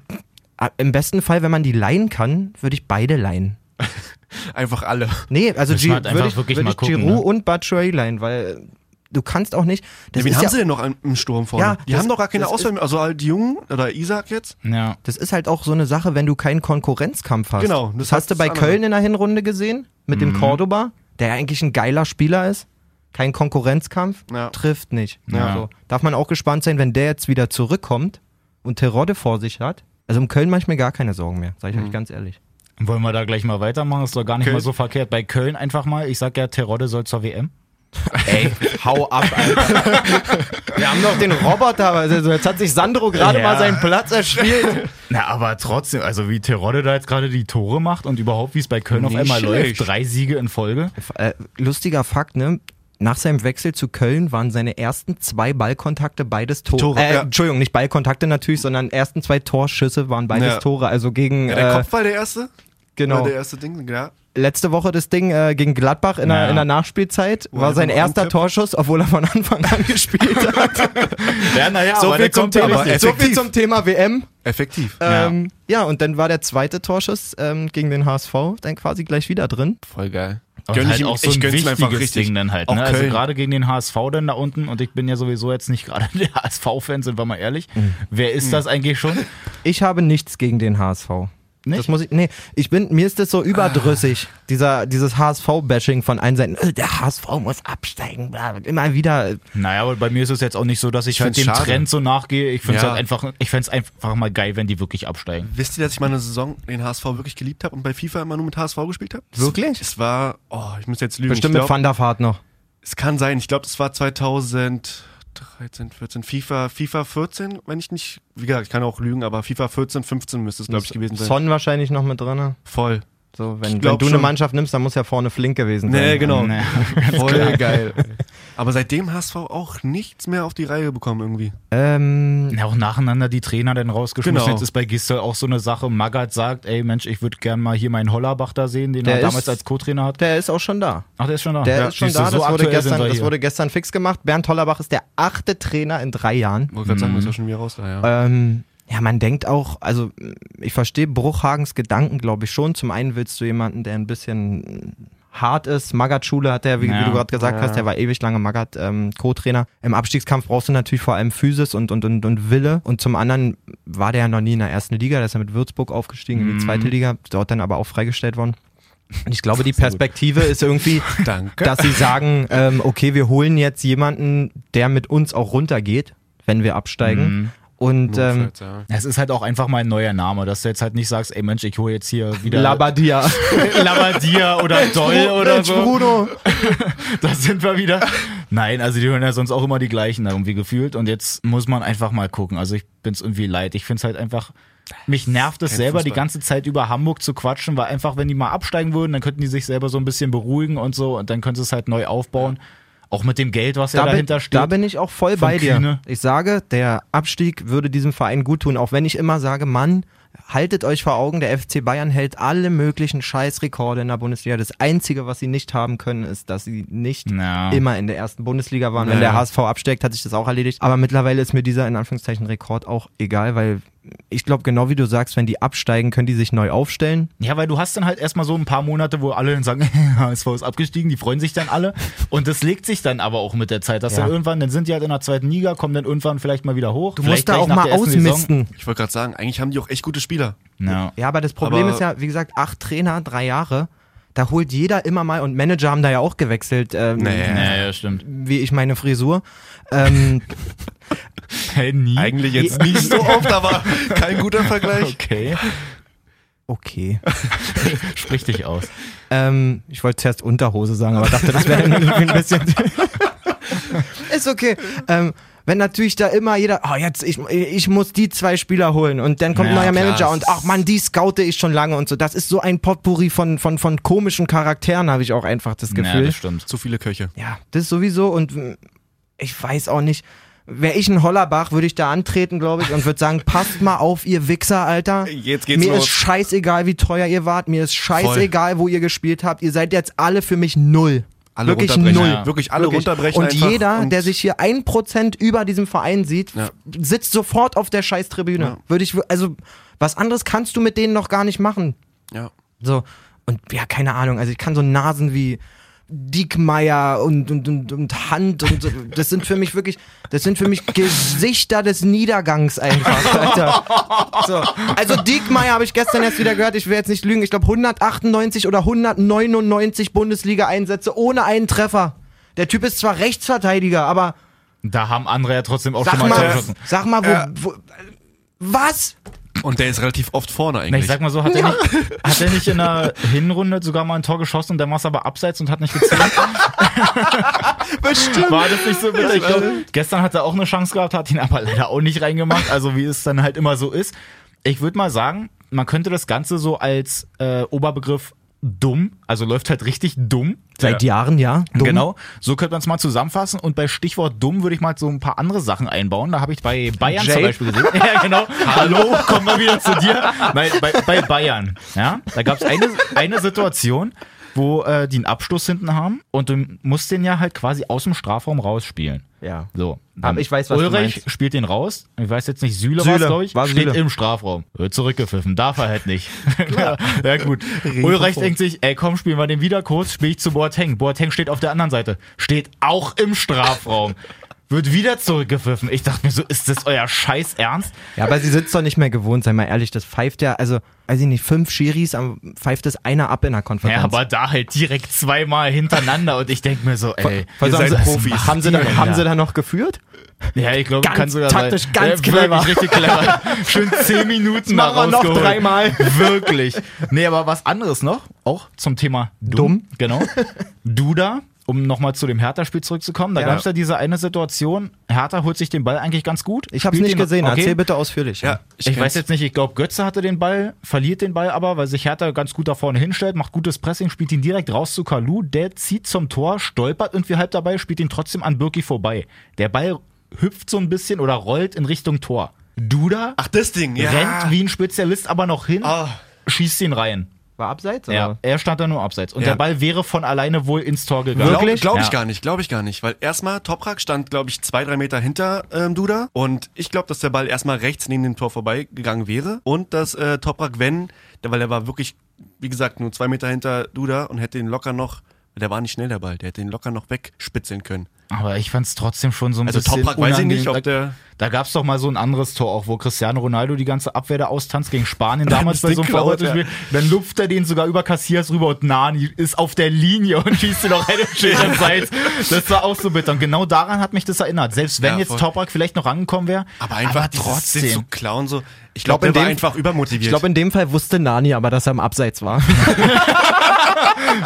Speaker 5: Im besten Fall, wenn man die leihen kann, würde ich beide leihen.
Speaker 2: *laughs* Einfach alle.
Speaker 5: Nee, also
Speaker 4: Müssen
Speaker 5: Gi-
Speaker 4: wir halt
Speaker 5: würde
Speaker 4: einfach
Speaker 5: ich,
Speaker 4: wirklich
Speaker 5: würd
Speaker 4: mal
Speaker 5: ich
Speaker 4: gucken,
Speaker 5: Giroud
Speaker 4: ne?
Speaker 5: und Batshuayi leihen, weil äh, du kannst auch nicht. Das
Speaker 2: Wen
Speaker 5: ist
Speaker 2: haben
Speaker 5: ja,
Speaker 2: sie denn noch im, im Sturm vorne?
Speaker 5: Ja,
Speaker 2: die
Speaker 5: das-
Speaker 2: haben doch gar keine
Speaker 5: das
Speaker 2: Auswahl. mehr. Also halt die Jungen oder Isaac jetzt.
Speaker 4: Ja.
Speaker 5: Das ist halt auch so eine Sache, wenn du keinen Konkurrenzkampf hast.
Speaker 2: Genau,
Speaker 5: Das,
Speaker 2: das
Speaker 5: hast
Speaker 2: heißt,
Speaker 5: du bei
Speaker 2: das andere.
Speaker 5: Köln in der Hinrunde gesehen,
Speaker 4: Mhm.
Speaker 5: mit dem Cordoba, der ja eigentlich ein geiler Spieler ist. Kein Konkurrenzkampf,
Speaker 2: Ja.
Speaker 5: trifft nicht.
Speaker 4: Ja.
Speaker 5: Also, darf man auch gespannt sein, wenn der jetzt wieder zurückkommt, und Terodde vor sich hat, also um Köln mache ich mir gar keine Sorgen mehr, sage ich
Speaker 4: Mhm.
Speaker 5: euch ganz ehrlich.
Speaker 4: Wollen wir da gleich mal weitermachen? Ist doch gar nicht
Speaker 2: Köln.
Speaker 4: mal so verkehrt. Bei Köln einfach mal, ich sag ja, Terodde soll zur WM.
Speaker 5: Ey, hau ab, Alter. Wir haben doch den Roboter, also jetzt hat sich Sandro gerade
Speaker 4: Ja.
Speaker 5: mal seinen Platz erspielt.
Speaker 4: Na, aber trotzdem, also wie Terodde da jetzt gerade die Tore macht und überhaupt, wie es bei Köln auf
Speaker 2: Nicht
Speaker 4: einmal
Speaker 2: schlecht.
Speaker 4: läuft, drei Siege in Folge.
Speaker 5: Äh, lustiger Fakt, ne? Nach seinem Wechsel zu Köln waren seine ersten zwei Ballkontakte beides Tore.
Speaker 2: Tore,
Speaker 5: äh,
Speaker 2: ja.
Speaker 5: Entschuldigung, nicht Ballkontakte natürlich, sondern ersten zwei Torschüsse waren beides
Speaker 2: Ja.
Speaker 5: Tore. Also gegen
Speaker 2: Ja, der
Speaker 5: äh,
Speaker 2: Kopf war der erste.
Speaker 5: genau
Speaker 2: War der erste Ding, ja.
Speaker 5: letzte Woche das Ding äh, gegen Gladbach in,
Speaker 4: Ja.
Speaker 5: der, in der Nachspielzeit war
Speaker 2: er
Speaker 5: sein
Speaker 2: noch
Speaker 5: erster
Speaker 2: antippt.
Speaker 5: Torschuss, obwohl er von Anfang an *laughs* gespielt hat.
Speaker 4: Ja, naja,
Speaker 5: so, viel zum Thema,
Speaker 2: aber
Speaker 5: so viel
Speaker 2: effektiv.
Speaker 5: zum Thema WM.
Speaker 2: Effektiv.
Speaker 4: Ja.
Speaker 5: Ähm, ja. und dann war der zweite Torschuss ähm, gegen den HSV dann quasi gleich wieder drin.
Speaker 2: Voll geil.
Speaker 4: Und
Speaker 2: Gönn ich
Speaker 4: halt
Speaker 2: ihm-
Speaker 4: auch so
Speaker 2: ich
Speaker 4: ein
Speaker 2: gönn's ihm
Speaker 4: wichtiges
Speaker 2: einfach richtig.
Speaker 4: Ding dann halt.
Speaker 2: Auch
Speaker 4: Ne? Also
Speaker 2: Köln.
Speaker 4: gerade gegen den HSV dann da unten und ich bin ja sowieso jetzt nicht gerade *laughs* der HSV-Fan, sind wir mal ehrlich.
Speaker 2: Mhm.
Speaker 4: Wer ist das eigentlich schon?
Speaker 5: Ich habe nichts gegen den HSV.
Speaker 4: Nicht?
Speaker 5: Das muss ich, nee, ich bin, mir ist das so überdrüssig, dieser, dieses HSV-Bashing von allen Seiten, "Äh, der HSV muss absteigen, bla, bla." immer wieder,
Speaker 4: Naja, aber bei mir ist es jetzt auch nicht so, dass ich, halt dem
Speaker 2: find's schade.
Speaker 4: Trend so nachgehe. Ich finde es
Speaker 2: Ja.
Speaker 4: halt einfach, ich fänd's einfach mal geil, wenn die wirklich absteigen.
Speaker 2: Wisst ihr, dass ich mal eine Saison den HSV wirklich geliebt habe und bei FIFA immer nur mit HSV gespielt habe?
Speaker 5: Wirklich?
Speaker 2: Es war, oh, ich muss jetzt lügen.
Speaker 5: bestimmt
Speaker 2: ich
Speaker 5: mit Van der Vaart noch.
Speaker 2: Es kann sein. Ich glaube, das war 2013, 14, FIFA, FIFA 14, wenn ich nicht, wie gesagt, ich kann auch lügen, aber FIFA 14, 15 müsste es, glaube ich, gewesen sein.
Speaker 5: Son wahrscheinlich noch mit drin. ne?
Speaker 2: Voll.
Speaker 5: So,
Speaker 2: Ich
Speaker 5: wenn, wenn
Speaker 2: glaub
Speaker 5: du eine
Speaker 2: schon.
Speaker 5: Mannschaft nimmst, dann muss ja vorne flink gewesen sein.
Speaker 2: Nee,
Speaker 4: *laughs*
Speaker 2: genau.
Speaker 4: Naja.
Speaker 2: Voll geil. Aber seitdem HSV auch nichts mehr auf die Reihe bekommen irgendwie.
Speaker 5: Ähm,
Speaker 4: Ja, auch nacheinander die Trainer dann rausgeschmissen.
Speaker 2: Genau.
Speaker 4: Jetzt ist bei Gistel auch so eine Sache. Magath sagt, ey Mensch, ich würde gern mal hier meinen Hollerbach da sehen, den
Speaker 5: Der
Speaker 4: er damals
Speaker 5: ist-
Speaker 4: als Co-Trainer hat.
Speaker 5: der ist auch schon da.
Speaker 4: Ach, der ist schon da.
Speaker 5: Der
Speaker 4: Ja,
Speaker 5: ist schon
Speaker 4: siehst du,
Speaker 5: da,
Speaker 4: so
Speaker 5: das, wurde
Speaker 4: aktuell sind
Speaker 5: gestern,
Speaker 4: wir
Speaker 5: das
Speaker 4: hier.
Speaker 5: wurde gestern fix gemacht. Bernd Tollerbach ist der achte Trainer in drei Jahren.
Speaker 2: Wollte gerade sagen, das ist ja schon wieder raus da, ja.
Speaker 5: Ähm, ja, man denkt auch, also ich verstehe Bruchhagens Gedanken, glaube ich, schon. Zum einen willst du jemanden, der ein bisschen hart ist. Magath Schule hat er, wie,
Speaker 4: Ja.
Speaker 5: wie du gerade gesagt hast, der war ewig lange Magath ähm, Co-Trainer. Im Abstiegskampf brauchst du natürlich vor allem Physis und, und, und, und Wille. Und zum anderen war der ja noch nie in der ersten Liga, der ist ja mit Würzburg aufgestiegen
Speaker 4: Mhm.
Speaker 5: in die zweite Liga, dort dann aber auch freigestellt worden. Und ich glaube, die Perspektive
Speaker 4: *laughs*
Speaker 5: ist irgendwie,
Speaker 2: Danke.
Speaker 5: dass sie sagen, ähm, okay, wir holen jetzt jemanden, der mit uns auch runtergeht, wenn wir absteigen. Und ähm,
Speaker 2: Notfalls, ja.
Speaker 4: Es ist halt auch einfach mal ein neuer Name, dass du jetzt halt nicht sagst, ey Mensch, ich hole jetzt hier wieder *laughs*
Speaker 5: Labadia.
Speaker 4: Labadia oder Doll oder so.
Speaker 5: Bruno.
Speaker 4: Da sind wir wieder. Nein, also die hören ja sonst auch immer die gleichen da irgendwie gefühlt. Und jetzt muss man einfach mal gucken. Also ich bin's irgendwie leid. Ich find's halt einfach. Mich nervt es
Speaker 2: Kein
Speaker 4: selber, die
Speaker 2: Fußball.
Speaker 4: ganze Zeit über Hamburg zu quatschen, weil einfach, wenn die mal absteigen würden, dann könnten die sich selber so ein bisschen beruhigen und so und dann können sie es halt neu aufbauen. Auch mit dem Geld, was ja
Speaker 5: Da bin,
Speaker 4: dahinter steht.
Speaker 5: da bin ich auch voll
Speaker 4: Von
Speaker 5: bei dir.
Speaker 4: Kühne.
Speaker 5: Ich sage, der Abstieg würde diesem Verein gut tun, auch wenn ich immer sage, Mann, haltet euch vor Augen, der FC Bayern hält alle möglichen Scheißrekorde in der Bundesliga. Das Einzige, was sie nicht haben können, ist, dass sie nicht
Speaker 4: Ja.
Speaker 5: immer in der ersten Bundesliga waren. Wenn
Speaker 2: Ja.
Speaker 5: der HSV absteigt, hat sich das auch erledigt. Aber mittlerweile ist mir dieser in Anführungszeichen Rekord auch egal, weil ich glaube, genau wie du sagst, wenn die absteigen, können die sich neu aufstellen.
Speaker 4: Ja, weil du hast dann halt erstmal so ein paar Monate, wo alle dann sagen, *laughs* HSV ist abgestiegen, die freuen sich dann alle. Und das legt sich dann aber auch mit der Zeit, dass
Speaker 5: Ja.
Speaker 4: dann irgendwann, dann sind die halt in der zweiten Liga, kommen dann irgendwann vielleicht mal wieder hoch.
Speaker 5: Du musst
Speaker 4: vielleicht
Speaker 5: da
Speaker 4: gleich
Speaker 5: auch
Speaker 4: nach
Speaker 5: mal
Speaker 4: der ersten Saison.
Speaker 5: ausmisten.
Speaker 2: Ich wollte gerade sagen, eigentlich haben die auch echt gute Spieler.
Speaker 4: Ja.
Speaker 5: Ja, aber das Problem
Speaker 2: Aber-
Speaker 5: ist ja, wie gesagt, acht Trainer, drei Jahre. Da holt jeder immer mal und Manager haben da ja auch gewechselt, ähm,
Speaker 4: Ja, ja, stimmt.
Speaker 5: wie ich meine Frisur. Ähm, *laughs*
Speaker 4: Hey, nie.
Speaker 2: Eigentlich jetzt nicht *laughs* so oft, aber kein guter Vergleich.
Speaker 4: Okay,
Speaker 5: okay.
Speaker 4: *laughs* sprich dich aus.
Speaker 5: Ähm, ich wollte zuerst Unterhose sagen, aber dachte, das wäre irgendwie ein bisschen. *laughs* ist okay. Ähm, wenn natürlich da immer jeder, oh jetzt, ich, ich muss die zwei Spieler holen und dann kommt ein
Speaker 4: Ja,
Speaker 5: neuer
Speaker 4: klar,
Speaker 5: Manager
Speaker 2: das
Speaker 5: und ach man, die scoute ich schon lange und so. Das ist so ein Potpourri von, von, von komischen Charakteren, habe ich auch einfach das
Speaker 4: *laughs* Ja,
Speaker 5: Gefühl.
Speaker 4: das stimmt.
Speaker 2: Zu viele Köche.
Speaker 5: Ja, das sowieso und mh, ich weiß auch nicht. Wäre ich ein Hollerbach, würde ich da antreten, glaube ich, und
Speaker 2: *laughs*
Speaker 5: würde sagen, passt mal auf, ihr Wichser, Alter.
Speaker 2: Jetzt geht's
Speaker 5: Mir
Speaker 2: los.
Speaker 5: ist scheißegal, wie teuer ihr wart. Mir ist scheißegal, wo ihr gespielt habt. Ihr seid jetzt alle für mich null.
Speaker 2: Alle
Speaker 5: Wirklich
Speaker 2: runterbrechen.
Speaker 5: null.
Speaker 4: Ja.
Speaker 2: Wirklich alle
Speaker 5: Wirklich.
Speaker 2: runterbrechen.
Speaker 5: Und
Speaker 2: einfach
Speaker 5: jeder,
Speaker 2: und
Speaker 5: der sich hier ein Prozent über diesem Verein sieht,
Speaker 2: Ja.
Speaker 5: f- sitzt sofort auf der Scheißtribüne.
Speaker 2: Ja.
Speaker 5: Würde ich, w- also, was anderes kannst du mit denen noch gar nicht machen.
Speaker 2: Ja.
Speaker 5: So, und ja, keine Ahnung, also ich kann so Nasen wie Diekmeier und, und, und, und Hand und so, das sind für mich wirklich, das sind für mich Gesichter des Niedergangs einfach, Alter. So. Also Diekmeier habe ich gestern erst wieder gehört, ich will jetzt nicht lügen, ich glaube 198 oder 199 Bundesliga-Einsätze ohne einen Treffer. Der Typ ist zwar Rechtsverteidiger, aber
Speaker 4: Da haben andere ja trotzdem auch
Speaker 5: sag
Speaker 4: schon mal
Speaker 5: mal,
Speaker 4: zugeschossen.
Speaker 5: sag mal, wo, wo Was?
Speaker 2: Und der ist relativ oft vorne
Speaker 4: Na, ich
Speaker 2: eigentlich.
Speaker 4: sag mal so, hat, er nicht, hat er nicht in *laughs* der Hinrunde sogar mal ein Tor geschossen und dann war es aber abseits und hat nicht *laughs* gezählt?
Speaker 5: Bestimmt.
Speaker 4: War das nicht so bitter? Ich glaub, gestern hat er auch eine Chance gehabt, hat ihn aber leider auch nicht reingemacht, also wie es dann halt immer so ist. Ich würde mal sagen, man könnte das Ganze so als äh, Oberbegriff dumm, also läuft halt richtig dumm.
Speaker 5: Seit Jahren, ja. Dumm.
Speaker 4: Genau, so könnte man es mal zusammenfassen. Und bei Stichwort dumm würde ich mal so ein paar andere Sachen einbauen. Da habe ich bei Bayern zum
Speaker 5: Jay.
Speaker 4: Beispiel gesehen. *laughs* ja, genau. Hallo, komm mal wieder zu dir. Nein, bei, bei Bayern. Ja, da gab es eine, eine Situation, wo äh, die einen Abstoß hinten haben und du musst den ja halt quasi aus dem Strafraum rausspielen.
Speaker 5: Ja.
Speaker 4: So.
Speaker 5: Aber ich weiß, was du
Speaker 4: Ulrich
Speaker 5: meinst.
Speaker 4: spielt den raus. Ich weiß jetzt nicht, Süle, war
Speaker 5: Süle,
Speaker 4: es, glaube ich.
Speaker 5: war
Speaker 4: steht
Speaker 5: Süle.
Speaker 4: im Strafraum. Wird zurückgepfiffen. Darf er halt
Speaker 5: *laughs*
Speaker 4: nicht. ja, *laughs* ja, gut. Ulrich denkt sich, ey, komm, spielen wir den wieder kurz, spiel ich zu Boateng. Boateng steht auf der anderen Seite. Steht auch im Strafraum. Wird wieder zurückgepfiffen. Ich dachte mir so, ist das euer Scheiß Ernst?
Speaker 5: Ja, aber sie sitzt doch nicht mehr gewohnt, sei mal ehrlich. Das pfeift ja, also, weiß ich nicht, fünf Schiris, am, pfeift das einer ab in der Konferenz.
Speaker 4: Ja, aber da halt direkt zweimal hintereinander und ich denke mir so, ey,
Speaker 5: Also haben,
Speaker 4: was
Speaker 5: sie,
Speaker 4: macht
Speaker 5: haben, sie
Speaker 4: ihr
Speaker 5: da, haben
Speaker 4: denn
Speaker 5: sie da noch geführt?
Speaker 4: Ja, ich glaube,
Speaker 5: Ganz
Speaker 4: kann sogar
Speaker 5: taktisch,
Speaker 4: sein.
Speaker 5: ganz
Speaker 4: Ja,
Speaker 5: clever.
Speaker 4: Wirklich richtig
Speaker 5: *laughs*
Speaker 4: clever. Schön zehn Minuten da
Speaker 5: machen wir noch
Speaker 4: rausgeholt.
Speaker 5: dreimal.
Speaker 4: Wirklich. Nee, aber was anderes noch, auch zum Thema dumm. Genau. Duda, um nochmal zu dem Hertha-Spiel zurückzukommen, da
Speaker 5: Ja.
Speaker 4: gab's ja diese eine Situation, Hertha holt sich den Ball eigentlich ganz gut.
Speaker 5: Ich hab's
Speaker 4: spielt
Speaker 5: nicht
Speaker 4: den-
Speaker 5: gesehen.
Speaker 4: okay.
Speaker 5: Erzähl bitte ausführlich.
Speaker 2: ja,
Speaker 4: Ich, weiß jetzt nicht, ich glaube, Götze hatte den Ball, verliert den Ball aber, weil sich Hertha ganz gut da vorne hinstellt, macht gutes Pressing, spielt ihn direkt raus zu Kalu, der zieht zum Tor, stolpert irgendwie halb dabei, spielt ihn trotzdem an Birki vorbei. Der Ball hüpft so ein bisschen oder rollt in Richtung Tor. Duda
Speaker 2: Ach, das Ding, ja.
Speaker 4: rennt wie ein Spezialist aber noch
Speaker 5: Oh,
Speaker 4: hin,
Speaker 2: Ah.
Speaker 4: schießt ihn rein.
Speaker 5: War abseits?
Speaker 4: Ja,
Speaker 5: Oder?
Speaker 4: er stand da nur abseits. Und
Speaker 2: Ja.
Speaker 4: der Ball wäre von alleine wohl ins Tor gegangen.
Speaker 2: Glaube glaub ich
Speaker 4: Ja.
Speaker 2: gar nicht, glaube ich gar nicht. Weil erstmal, Toprak stand, glaube ich, zwei, drei Meter hinter ähm, Duda. Und ich glaube, dass der Ball erstmal rechts neben dem Tor vorbeigegangen wäre. Und dass äh, Toprak, wenn, der- weil er war wirklich, wie gesagt, nur zwei Meter hinter Duda und hätte ihn locker noch, der war nicht schnell der Ball, der hätte ihn locker noch wegspitzeln können.
Speaker 4: Aber ich fand's trotzdem schon so ein
Speaker 2: Also
Speaker 4: bisschen
Speaker 2: Toprak weiß ich nicht,
Speaker 4: unangenehm.
Speaker 2: ob der-
Speaker 4: Da, da gab's doch mal so ein anderes Tor auch, wo Cristiano Ronaldo die ganze Abwehr da austanzt gegen
Speaker 2: *laughs*
Speaker 4: Spanien damals
Speaker 2: das
Speaker 4: bei so einem
Speaker 2: Ding klaut,
Speaker 4: Verurteilungsspiel. Dann lupft er den sogar über Casillas rüber und Nani ist auf der Linie und schießt ihn noch eine Schild abseits. Das war auch so bitter. Und genau daran hat mich das erinnert. Selbst wenn
Speaker 2: Ja,
Speaker 4: jetzt
Speaker 2: voll.
Speaker 4: Toprak vielleicht noch rangekommen wäre.
Speaker 2: Aber einfach trotzdem *laughs* zu klauen, so. Ich glaube,
Speaker 5: glaub,
Speaker 2: der
Speaker 5: in
Speaker 2: war
Speaker 5: dem-
Speaker 2: einfach übermotiviert.
Speaker 5: Ich glaube, in dem Fall wusste Nani aber, dass er im Abseits
Speaker 4: *laughs*
Speaker 5: war.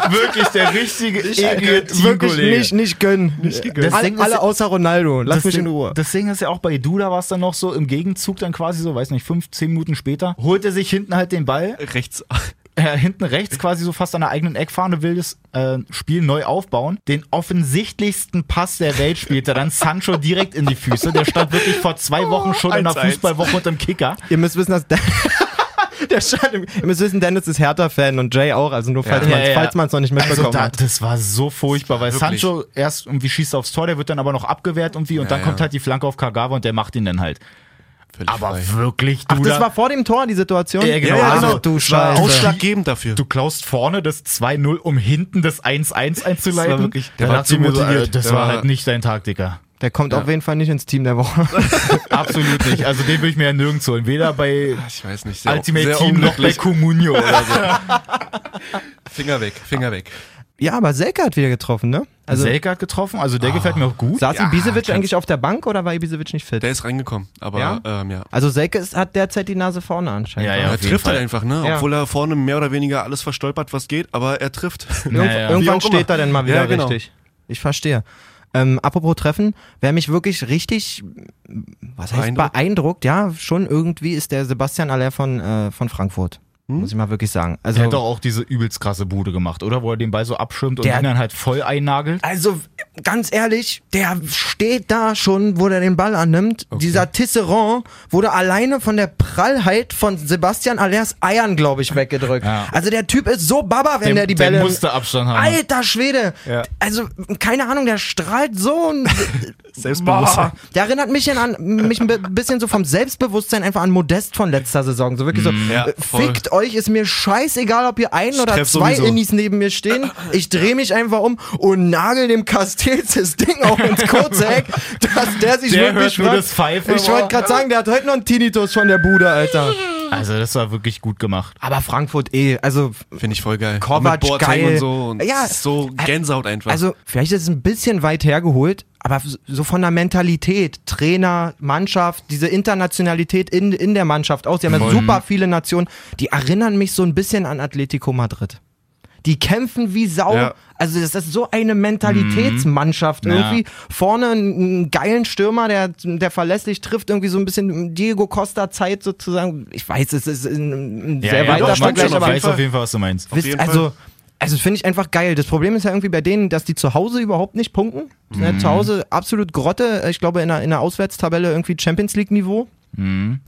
Speaker 4: Wirklich der richtige, eklige
Speaker 5: Wirklich
Speaker 4: Teamkollege.
Speaker 5: nicht, nicht gönnen.
Speaker 4: Deswegen
Speaker 5: alle,
Speaker 4: ist-
Speaker 5: alle außer Ronaldo. Lass
Speaker 4: Das
Speaker 5: mich in
Speaker 4: Ding-
Speaker 5: Ruhe.
Speaker 4: Das Ding ist ja auch bei Duda war es dann noch so im Gegenzug dann quasi so, weiß nicht, fünf, zehn Minuten später, holt er sich hinten halt den Ball,
Speaker 2: rechts. *laughs*
Speaker 4: äh, hinten rechts quasi so fast an der eigenen Eckfahne will das äh, Spiel neu aufbauen. Den offensichtlichsten Pass der Welt spielt er dann Sancho direkt in die Füße. Der stand wirklich vor zwei Wochen schon in der
Speaker 2: 1-1.
Speaker 4: Fußballwoche unter dem Kicker.
Speaker 5: Ihr müsst wissen, dass. *laughs* Der Schad, ihr müsst wissen, Dennis ist Hertha-Fan und Jay auch, also nur falls
Speaker 4: Ja,
Speaker 5: man es
Speaker 4: ja, ja.
Speaker 5: noch nicht
Speaker 4: Also
Speaker 5: mitbekommen
Speaker 4: da,
Speaker 5: hat.
Speaker 4: das war so furchtbar, weil
Speaker 2: Wirklich.
Speaker 4: Sancho erst irgendwie schießt er aufs Tor, der wird dann aber noch abgewehrt irgendwie und
Speaker 2: Ja,
Speaker 4: dann kommt
Speaker 2: ja.
Speaker 4: halt die Flanke auf Kagawa und der macht ihn dann halt.
Speaker 2: Völlig
Speaker 4: Aber
Speaker 2: frei.
Speaker 4: wirklich, Duda.
Speaker 5: Ach, das war vor dem Tor, die Situation?
Speaker 4: Ja, genau.
Speaker 5: Ach,
Speaker 4: Also,
Speaker 5: du
Speaker 2: Das war
Speaker 5: Scheiße.
Speaker 2: Ausschlaggebend dafür.
Speaker 4: du klaust vorne das 2-0, um hinten das 1-1 einzuleiten.
Speaker 2: Das war wirklich- der
Speaker 4: der da
Speaker 2: war
Speaker 4: dachte ich
Speaker 2: zu
Speaker 4: mir so,
Speaker 2: motiviert.
Speaker 4: äh, das
Speaker 2: Der
Speaker 4: war
Speaker 2: war-
Speaker 4: halt nicht dein Taktiker.
Speaker 5: Der kommt auf jeden Fall nicht ins Team der Woche.
Speaker 4: *laughs* Absolut nicht. Also den will ich mir ja nirgends holen. Weder bei
Speaker 2: ich weiß nicht,
Speaker 4: Ultimate Team noch bei Comunio oder so.
Speaker 2: Finger weg, Finger weg.
Speaker 5: ja, aber Selke hat wieder getroffen, ne?
Speaker 4: Also,
Speaker 5: Also
Speaker 4: Selke hat getroffen, also der gefällt mir auch gut.
Speaker 5: saß Ibisevic eigentlich auf der Bank oder war Ibisevic nicht fit?
Speaker 2: Der ist reingekommen, aber
Speaker 5: Ja?
Speaker 2: ja. Ähm, ja.
Speaker 5: Also Selke ist, hat derzeit die Nase vorne anscheinend.
Speaker 4: Ja, ja.
Speaker 5: oder?
Speaker 2: Er
Speaker 4: auf jeden
Speaker 2: trifft halt
Speaker 4: Fall.
Speaker 2: einfach, ne?
Speaker 5: Ja.
Speaker 2: Obwohl er vorne mehr oder weniger alles verstolpert, was geht, aber er trifft.
Speaker 5: Irgend
Speaker 4: Ja, ja.
Speaker 5: Irgendwann
Speaker 2: Wie auch
Speaker 5: steht
Speaker 2: immer.
Speaker 5: er dann mal wieder
Speaker 2: Ja, genau.
Speaker 5: richtig. Ich verstehe. Ähm, apropos Treffen, wer mich wirklich richtig, was heißt beeindruckt,
Speaker 2: Beeindruckt?
Speaker 5: ja, schon irgendwie ist der Sebastian Aller von, äh, von Frankfurt. Muss ich mal wirklich sagen. Also,
Speaker 4: Der hat doch auch diese übelst krasse Bude gemacht, oder? Wo er den Ball so abschirmt und
Speaker 5: Der-
Speaker 4: ihn dann halt voll einnagelt.
Speaker 5: Also ganz ehrlich, der steht da schon, wo der den Ball annimmt. Dieser Tisserand wurde alleine von der Prallheit von Sebastian Allers Eiern, glaube ich, weggedrückt.
Speaker 4: Ja.
Speaker 5: Also der Typ ist so baba,
Speaker 4: Der-
Speaker 5: wenn der die
Speaker 4: der
Speaker 5: Bälle.
Speaker 4: musste Abstand haben.
Speaker 5: Alter Schwede.
Speaker 4: Ja.
Speaker 5: Also keine Ahnung, der strahlt
Speaker 4: *laughs*
Speaker 5: so. ein-
Speaker 2: Selbstbewusstsein.
Speaker 5: Boah. Oh, Der erinnert mich an- an mich ein bi- bisschen so vom Selbstbewusstsein einfach an Modest von letzter Saison. So wirklich so.
Speaker 2: ja,
Speaker 5: äh,
Speaker 2: voll.
Speaker 5: fickt euch, ist mir scheißegal, ob ihr ein oder
Speaker 2: treff
Speaker 5: zwei
Speaker 2: sowieso.
Speaker 5: Innis neben mir stehen. Ich drehe mich einfach um und nagel dem Castells das Ding auch ins kurze Eck, dass der sich
Speaker 4: Der
Speaker 5: wirklich
Speaker 4: hört nur
Speaker 5: fragt-
Speaker 4: das Pfeifen,
Speaker 5: Ich wollte gerade sagen, der hat heute noch einen Tinnitus von der Bude, Alter.
Speaker 4: Also das war wirklich gut gemacht.
Speaker 5: Aber Frankfurt eh, also
Speaker 2: Finde ich voll geil.
Speaker 5: Kovac,
Speaker 2: Mit Boateng
Speaker 5: geil.
Speaker 2: und so. Und
Speaker 5: Ja.
Speaker 2: ja. So Gänsehaut einfach.
Speaker 5: Also, vielleicht ist es ein bisschen weit hergeholt, aber so von der Mentalität, Trainer, Mannschaft, diese Internationalität in, in der Mannschaft aus. Die haben ja super viele Nationen, die erinnern mich so ein bisschen an Atletico Madrid. Die kämpfen wie Sau.
Speaker 2: Ja.
Speaker 5: Also, das ist so eine Mentalitätsmannschaft
Speaker 4: Mhm. Ja.
Speaker 5: irgendwie. Vorne einen geilen Stürmer, der, der verlässlich trifft, irgendwie so ein bisschen Diego Costa-Zeit sozusagen. Ich weiß, es ist ein, ein sehr
Speaker 4: ja,
Speaker 5: weiter
Speaker 4: doch, ich mag
Speaker 5: Vergleich,
Speaker 4: schon,
Speaker 5: aber
Speaker 4: ich weiß auf jeden Fall, was du meinst.
Speaker 5: Wisst-
Speaker 2: jeden
Speaker 5: also, also finde ich einfach geil. Das Problem ist ja irgendwie bei denen, dass die zu Hause überhaupt nicht punkten. Die
Speaker 2: Mhm.
Speaker 5: sind ja Zu Hause absolut Grotte. äh, Ich glaube, in der, in der Auswärtstabelle irgendwie Champions League-Niveau.
Speaker 2: Mhm.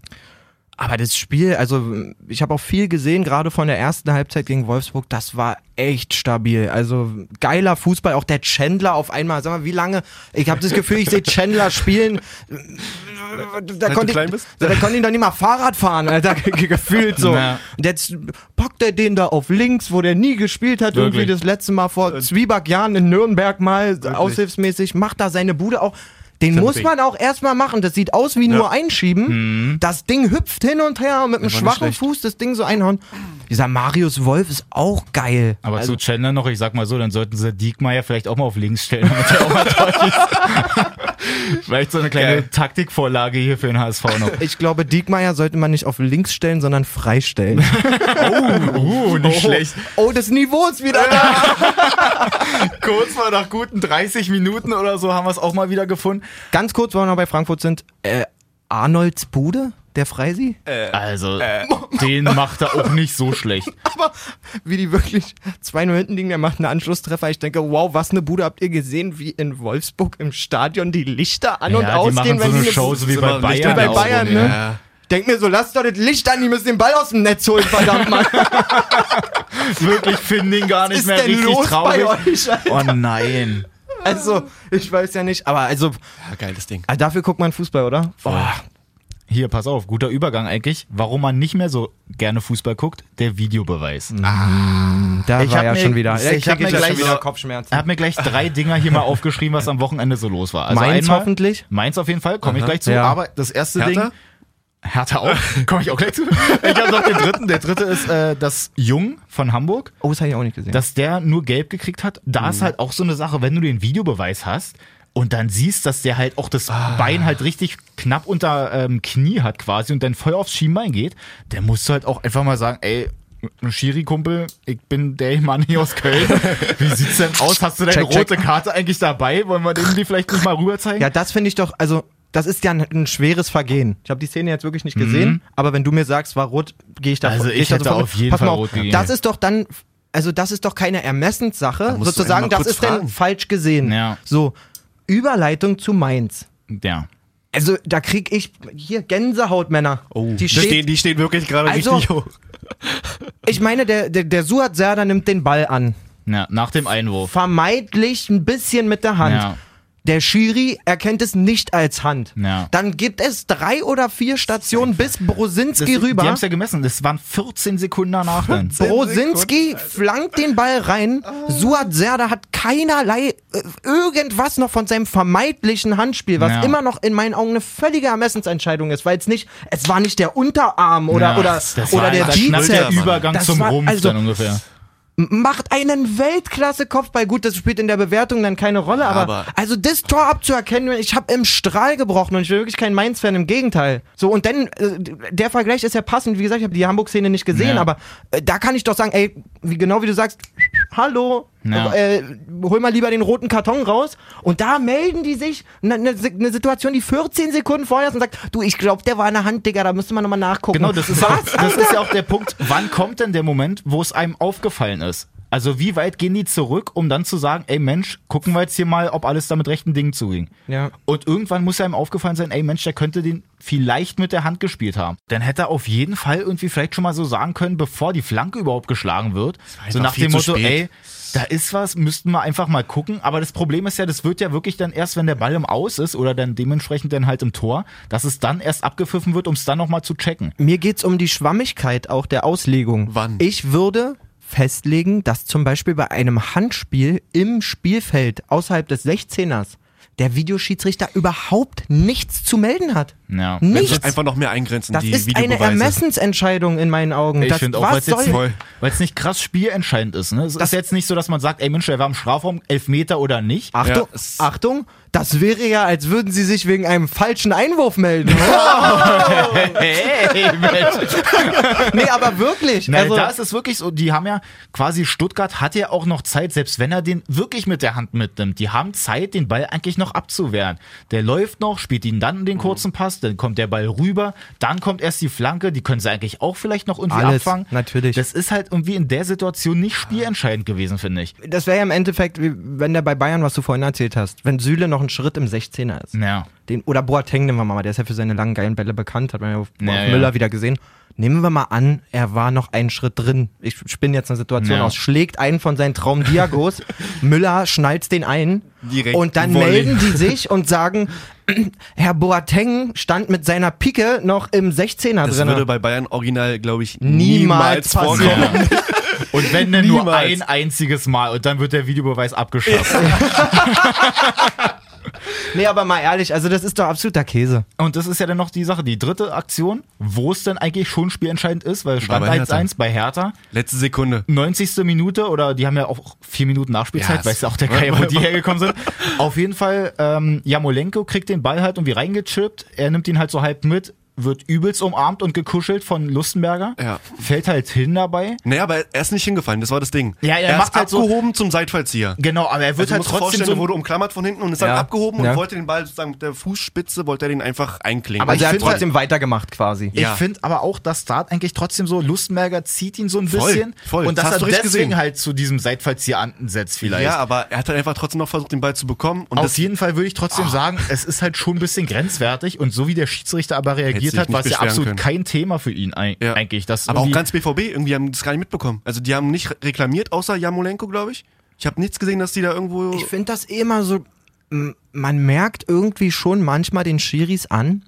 Speaker 5: Aber das Spiel, also ich habe auch viel gesehen, gerade von der ersten Halbzeit gegen Wolfsburg, das war echt stabil. Also geiler Fußball, auch der Chandler auf einmal. Sag mal, wie lange? Ich habe das Gefühl, ich sehe Chandler spielen. Da
Speaker 2: du
Speaker 5: konnte
Speaker 2: klein
Speaker 5: ich,
Speaker 2: bist?
Speaker 5: da konnte ich doch nicht mal Fahrrad fahren, Alter, *laughs* ge- gefühlt so.
Speaker 4: Ja.
Speaker 5: Und jetzt packt er den da auf links, wo der nie gespielt hat, irgendwie
Speaker 4: Wirklich.
Speaker 5: das letzte Mal
Speaker 2: Äh,
Speaker 5: vor Zwieback Jahren in Nürnberg mal aushilfsmäßig, macht da seine Bude auch. Den muss man auch erstmal machen. Das sieht aus wie nur einschieben.
Speaker 2: Mhm.
Speaker 5: Das Ding hüpft hin und her und mit einem
Speaker 2: war nicht
Speaker 5: schwachen
Speaker 2: schlecht.
Speaker 5: Fuß das Ding so einhauen. Dieser Marius Wolf ist auch geil.
Speaker 4: Aber zu Chandler noch, ich sag mal so, dann sollten sie Diekmeyer vielleicht auch mal auf links stellen, damit er auch mal *laughs* deutlich ist. Vielleicht so eine kleine Taktikvorlage hier für den HSV noch.
Speaker 5: Ich glaube, Diekmeyer sollte man nicht auf links stellen,
Speaker 2: *laughs*
Speaker 5: sondern freistellen.
Speaker 4: *laughs* Uh, nicht schlecht.
Speaker 5: oh, das Niveau
Speaker 2: *laughs*
Speaker 5: ist wieder da.
Speaker 4: Kurz mal nach guten 30 Minuten oder so haben wir es auch mal wieder gefunden.
Speaker 5: Ganz kurz, weil wir noch bei Frankfurt sind. Äh, Arnolds Bude, der Freisi?
Speaker 4: Also, den macht er auch nicht so schlecht.
Speaker 5: Aber wie die wirklich 2-0 hinten liegen, der macht einen Anschlusstreffer. Ich denke, wow, was eine Bude. Habt ihr gesehen, wie in Wolfsburg im Stadion die Lichter an und
Speaker 4: ja, die
Speaker 5: ausgehen?
Speaker 4: machen so
Speaker 5: wenn
Speaker 4: eine
Speaker 5: die
Speaker 4: Show, so wie
Speaker 2: Das
Speaker 4: bei
Speaker 2: ist immer richtig
Speaker 4: Bayern.
Speaker 5: bei
Speaker 4: auch.
Speaker 5: Bayern, ne?
Speaker 2: Ja.
Speaker 5: Denk mir so, lasst doch das Licht an, die müssen den Ball aus dem Netz holen,
Speaker 4: *laughs*
Speaker 5: verdammt Mann.
Speaker 4: Wirklich finden ihn gar
Speaker 5: Was
Speaker 4: nicht
Speaker 5: ist
Speaker 4: mehr
Speaker 5: denn
Speaker 4: richtig
Speaker 5: los
Speaker 4: traurig.
Speaker 5: bei euch?
Speaker 4: Oh nein.
Speaker 5: Also, ich weiß ja nicht, aber also,
Speaker 2: ja, geiles Ding.
Speaker 5: ah, dafür guckt man Fußball, oder? Boah.
Speaker 4: Hier, pass auf, guter Übergang eigentlich. Warum man nicht mehr so gerne Fußball guckt, der Videobeweis.
Speaker 5: Da
Speaker 4: Ich
Speaker 5: war
Speaker 4: hab
Speaker 5: ja
Speaker 4: mir-
Speaker 5: schon wieder.
Speaker 4: ich
Speaker 5: Ja,
Speaker 4: hab
Speaker 5: krieg
Speaker 4: mir
Speaker 5: jetzt
Speaker 4: gleich
Speaker 5: schon wieder
Speaker 4: so-
Speaker 5: Kopfschmerzen.
Speaker 4: Er hat mir gleich drei Dinger hier mal aufgeschrieben, was am Wochenende so los war. Also
Speaker 5: Mainz
Speaker 4: einmal,
Speaker 5: hoffentlich?
Speaker 4: Mainz auf jeden Fall, komme ich gleich zu.
Speaker 5: ja.
Speaker 4: Aber das erste
Speaker 2: Hertha?
Speaker 4: Ding. Hertha auch, *laughs* komme ich auch gleich zu. Ich habe noch den dritten. Der dritte ist äh, das Jung von Hamburg,
Speaker 5: Oh, das habe ich auch nicht gesehen.
Speaker 4: dass der nur gelb gekriegt hat. Da ist halt auch so eine Sache, wenn du den Videobeweis hast und dann siehst, dass der halt auch das Bein halt richtig knapp unter ähm, Knie hat quasi und dann voll aufs Schienbein geht, der musst du halt auch einfach mal sagen, ey, Schiri-Kumpel, ich bin der Mann hier aus Köln. Wie sieht's denn aus? Hast du deine
Speaker 5: Check, check.
Speaker 4: rote Karte eigentlich dabei? Wollen wir denen die vielleicht nicht mal rüber zeigen?
Speaker 5: Ja, das finde ich doch, also das ist ja ein, ein schweres Vergehen. Ich habe die Szene jetzt wirklich nicht gesehen, aber wenn du mir sagst, war rot, gehe ich da
Speaker 4: Mhm. Also
Speaker 5: geh
Speaker 4: ich
Speaker 5: da
Speaker 4: hätte
Speaker 5: sofort
Speaker 4: auf
Speaker 5: mit.
Speaker 4: jeden
Speaker 5: Pass mal
Speaker 4: Fall
Speaker 5: auf,
Speaker 4: rot gegeben.
Speaker 5: Das ist doch dann, also das ist doch keine Ermessenssache,
Speaker 2: musst du
Speaker 5: sozusagen,
Speaker 2: einen mal
Speaker 5: das
Speaker 2: kurz
Speaker 5: ist dann
Speaker 2: fragen.
Speaker 5: falsch gesehen.
Speaker 4: Ja.
Speaker 5: So, Überleitung zu Mainz.
Speaker 4: ja.
Speaker 5: Also da krieg ich hier Gänsehaut, Männer.
Speaker 2: Oh.
Speaker 5: Die
Speaker 2: Die,
Speaker 5: steht-
Speaker 2: stehen, die stehen wirklich gerade
Speaker 5: Also-
Speaker 2: richtig hoch.
Speaker 5: Ich meine, der, der, der Suat Serda nimmt den Ball an.
Speaker 4: ja. Nach dem Einwurf.
Speaker 5: Vermeidlich ein bisschen mit der Hand.
Speaker 4: Oh. Ja.
Speaker 5: Der Schiri erkennt es nicht als Hand.
Speaker 4: Ja.
Speaker 5: Dann gibt es drei oder vier Stationen bis Brosinski
Speaker 4: Das-
Speaker 5: rüber.
Speaker 4: Die haben's ja ne? gemessen. Das waren 14 Sekunden danach dann.
Speaker 5: Brosinski flankt den Ball rein.
Speaker 4: Ah.
Speaker 5: Suat Serda hat keinerlei äh, irgendwas noch von seinem vermeidlichen Handspiel, was
Speaker 4: Ja.
Speaker 5: immer noch in meinen Augen eine völlige Ermessensentscheidung ist, weil es nicht, es war nicht der Unterarm oder,
Speaker 4: Ja,
Speaker 5: oder,
Speaker 4: das
Speaker 5: oder
Speaker 4: war
Speaker 5: der
Speaker 4: ein knallter
Speaker 5: Bizeps.
Speaker 4: Übergang
Speaker 5: Das
Speaker 4: zum
Speaker 5: war-
Speaker 4: Rumpf
Speaker 5: also-
Speaker 4: dann ungefähr.
Speaker 5: Macht einen Weltklasse-Kopfball. Gut, das spielt in der Bewertung dann keine Rolle, aber,
Speaker 2: Aber-
Speaker 5: also das Tor abzuerkennen, ich habe im Strahl gebrochen und ich bin wirklich kein Mainz-Fan, im Gegenteil. So, und dann, äh, der Vergleich ist ja passend. Wie gesagt, ich habe die Hamburg-Szene nicht gesehen,
Speaker 4: Ja.
Speaker 5: aber äh, da kann ich doch sagen, ey, wie, genau wie du sagst, hallo,
Speaker 4: Ja.
Speaker 5: äh, hol mal lieber den roten Karton raus. Und da melden die sich eine ne, ne Situation, die 14 Sekunden vorher ist und sagt, du, ich glaube, der war eine Hand, Digga, da müsste man nochmal nachgucken.
Speaker 4: Genau, das ist, auch, das ist ja auch der Punkt. *laughs* Wann kommt denn der Moment, wo es einem aufgefallen ist? Also wie weit gehen die zurück, um dann zu sagen, ey Mensch, gucken wir jetzt hier mal, ob alles da mit rechten Dingen zuging.
Speaker 5: Ja.
Speaker 4: Und irgendwann muss einem aufgefallen sein, ey Mensch, der könnte den vielleicht mit der Hand gespielt haben. Dann hätte er auf jeden Fall irgendwie vielleicht schon mal so sagen können, bevor die Flanke überhaupt geschlagen wird. So
Speaker 2: einfach
Speaker 4: nach
Speaker 2: viel
Speaker 4: dem
Speaker 2: zu
Speaker 4: Motto,
Speaker 2: spät.
Speaker 4: ey, da ist was, müssten wir einfach mal gucken. Aber das Problem ist ja, das wird ja wirklich dann erst, wenn der Ball im Aus ist oder dann dementsprechend dann halt im Tor, dass es dann erst abgepfiffen wird, um es dann nochmal zu checken.
Speaker 5: Mir geht's um die Schwammigkeit auch der Auslegung.
Speaker 2: Wann?
Speaker 5: Ich würde festlegen, dass zum Beispiel bei einem Handspiel im Spielfeld außerhalb des 16ers der Videoschiedsrichter überhaupt nichts zu melden hat.
Speaker 4: Ja.
Speaker 5: Nichts.
Speaker 2: Jetzt einfach noch mehr eingrenzen,
Speaker 5: Das
Speaker 2: die
Speaker 5: ist eine
Speaker 2: Videobeweise.
Speaker 5: Ermessensentscheidung in meinen Augen.
Speaker 4: Ich
Speaker 5: Das-
Speaker 4: finde auch,
Speaker 5: was
Speaker 4: weil es jetzt,
Speaker 5: soll-
Speaker 2: Voll.
Speaker 4: weil es nicht krass spielentscheidend ist. Ne? Es ist jetzt nicht so, dass man sagt, ey Mensch, der war im Strafraum, Elfmeter oder nicht.
Speaker 5: Achtung,
Speaker 2: Ja, es-
Speaker 5: Achtung, das wäre ja, als würden sie sich wegen einem falschen
Speaker 2: *laughs*
Speaker 5: Einwurf melden.
Speaker 4: *laughs*
Speaker 5: *laughs*
Speaker 4: Hey, Mensch.
Speaker 5: nee, aber wirklich.
Speaker 4: Nein,
Speaker 5: also,
Speaker 4: das ist wirklich so, die haben ja quasi, Stuttgart hat ja auch noch Zeit, selbst wenn er den wirklich mit der Hand mitnimmt, die haben Zeit, den Ball eigentlich noch abzuwehren. Der läuft noch, spielt ihn dann
Speaker 5: Mhm.
Speaker 4: den kurzen Pass, dann kommt der Ball rüber, dann kommt erst die Flanke, die können sie eigentlich auch vielleicht noch irgendwie
Speaker 5: Alles,
Speaker 4: abfangen.
Speaker 5: natürlich.
Speaker 4: Das ist halt irgendwie in der Situation nicht spielentscheidend gewesen, finde ich.
Speaker 5: das wäre ja im Endeffekt, wie, wenn der bei Bayern, was du vorhin erzählt hast, wenn Süle noch einen Schritt im 16er ist.
Speaker 4: Ja.
Speaker 5: Den, oder Boateng nehmen wir mal, der ist ja für seine langen geilen Bälle bekannt, hat man ja auf
Speaker 4: Ja,
Speaker 5: auf
Speaker 4: ja.
Speaker 5: Müller wieder gesehen. Nehmen wir mal an, er war noch einen Schritt drin. Ich spinne jetzt eine Situation
Speaker 4: Ja.
Speaker 5: aus. Schlägt einen von
Speaker 2: *laughs*
Speaker 5: seinen Traumdiagos, Müller schnallt den ein
Speaker 2: Direkt
Speaker 5: und dann
Speaker 2: Volley.
Speaker 5: melden die sich und sagen, *clears throat* Herr Boateng stand mit seiner Pike noch im 16er
Speaker 2: Das würde
Speaker 5: drin.
Speaker 2: bei Bayern original, glaube ich, niemals,
Speaker 5: Niemals passieren.
Speaker 2: vorkommen.
Speaker 4: Genau. Und wenn denn nur
Speaker 2: Niemals.
Speaker 4: ein einziges Mal und dann wird der Videobeweis abgeschafft.
Speaker 5: Nee, aber mal ehrlich, also das ist doch absoluter Käse.
Speaker 4: Und das ist ja dann noch die Sache, die dritte Aktion, wo es dann eigentlich schon spielentscheidend ist, weil es stand
Speaker 2: bei Hertha.
Speaker 4: 1-1 bei Hertha.
Speaker 2: Letzte Sekunde.
Speaker 4: 90. Minute oder die haben ja auch vier Minuten Nachspielzeit,
Speaker 2: Ja,
Speaker 4: weiß auch der Geier,
Speaker 2: *laughs*
Speaker 4: wo die hergekommen sind. Auf jeden Fall, ähm, Jamolenko kriegt den Ball halt irgendwie reingechippt, er nimmt ihn halt so halb mit, wird übelst umarmt und gekuschelt von Lustenberger,
Speaker 2: Ja.
Speaker 4: fällt halt hin dabei.
Speaker 2: Naja, aber er ist nicht hingefallen, das war das Ding.
Speaker 4: Ja, er
Speaker 2: er
Speaker 4: macht
Speaker 2: ist
Speaker 4: halt so-
Speaker 2: abgehoben zum Seitfallzieher.
Speaker 4: Genau, aber er wird
Speaker 2: Also halt
Speaker 4: halt trotzdem
Speaker 2: vorstellen,
Speaker 4: so...
Speaker 2: der wurde umklammert von hinten und ist
Speaker 5: Ja.
Speaker 2: dann abgehoben
Speaker 5: Ja.
Speaker 2: und wollte den Ball sozusagen mit der Fußspitze, wollte er den einfach einklingen.
Speaker 4: Aber
Speaker 5: Also er hat
Speaker 4: find halt-
Speaker 5: trotzdem weitergemacht quasi.
Speaker 2: Ja.
Speaker 4: Ich finde aber auch, dass da eigentlich trotzdem so Lustenberger zieht ihn so ein
Speaker 2: Voll,
Speaker 4: bisschen
Speaker 2: voll.
Speaker 4: und
Speaker 2: Das
Speaker 4: dass
Speaker 2: hast
Speaker 4: er
Speaker 2: du richtig
Speaker 4: deswegen
Speaker 2: gesehen.
Speaker 4: halt zu diesem Seitfallzieher ansetzt vielleicht.
Speaker 2: ja, aber er hat halt einfach trotzdem noch versucht, den Ball zu bekommen. Und
Speaker 4: Auf
Speaker 2: das Ah.
Speaker 4: jeden Fall würde ich trotzdem sagen, es ist halt schon ein bisschen grenzwertig und so wie der Schiedsrichter aber reagiert
Speaker 2: sich
Speaker 4: hat,
Speaker 2: nicht
Speaker 4: war es ja
Speaker 2: beschweren
Speaker 4: absolut
Speaker 2: können.
Speaker 4: kein Thema für ihn ein,
Speaker 2: Ja.
Speaker 4: eigentlich. Dass
Speaker 2: aber auch
Speaker 4: irgendwie-
Speaker 2: ganz BVB, irgendwie haben das gar nicht mitbekommen. Also die haben nicht re- reklamiert, außer Jamolenko, glaube ich. Ich habe nichts gesehen, dass die da irgendwo.
Speaker 5: Ich finde das eh immer so, m- man merkt irgendwie schon manchmal den Schiris an.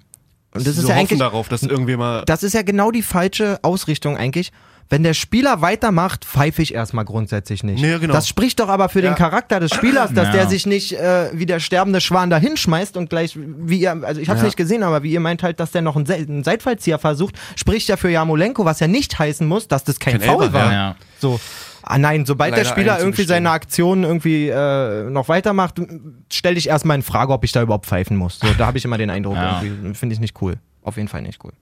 Speaker 5: Und das
Speaker 2: so
Speaker 5: ist ja
Speaker 2: hoffen
Speaker 5: eigentlich,
Speaker 2: darauf, dass irgendwie mal.
Speaker 5: das ist ja genau die falsche Ausrichtung eigentlich. Wenn der Spieler weitermacht, pfeife ich erstmal grundsätzlich nicht.
Speaker 2: Nee, genau.
Speaker 5: Das spricht doch aber für den Charakter des Spielers, dass
Speaker 4: Ja.
Speaker 5: der sich nicht äh, wie der sterbende Schwan da hinschmeißt und gleich, wie ihr, also ich habe es nicht gesehen, aber wie ihr meint halt, dass der noch einen, Se einen Seitfallzieher versucht, spricht ja für Jamolenko, was ja nicht heißen muss, dass das kein,
Speaker 2: Kein
Speaker 5: Foul
Speaker 2: Elfer, ja.
Speaker 5: war.
Speaker 4: ja.
Speaker 5: So. Ah nein, sobald
Speaker 2: Leider
Speaker 5: der Spieler
Speaker 2: allen
Speaker 5: irgendwie
Speaker 2: zugestehen.
Speaker 5: seine Aktionen irgendwie äh, noch weitermacht, stelle ich erstmal in Frage, ob ich da überhaupt pfeifen muss. So, da habe ich immer den Eindruck,
Speaker 4: Ja.
Speaker 5: irgendwie finde ich nicht cool. Auf jeden Fall nicht cool.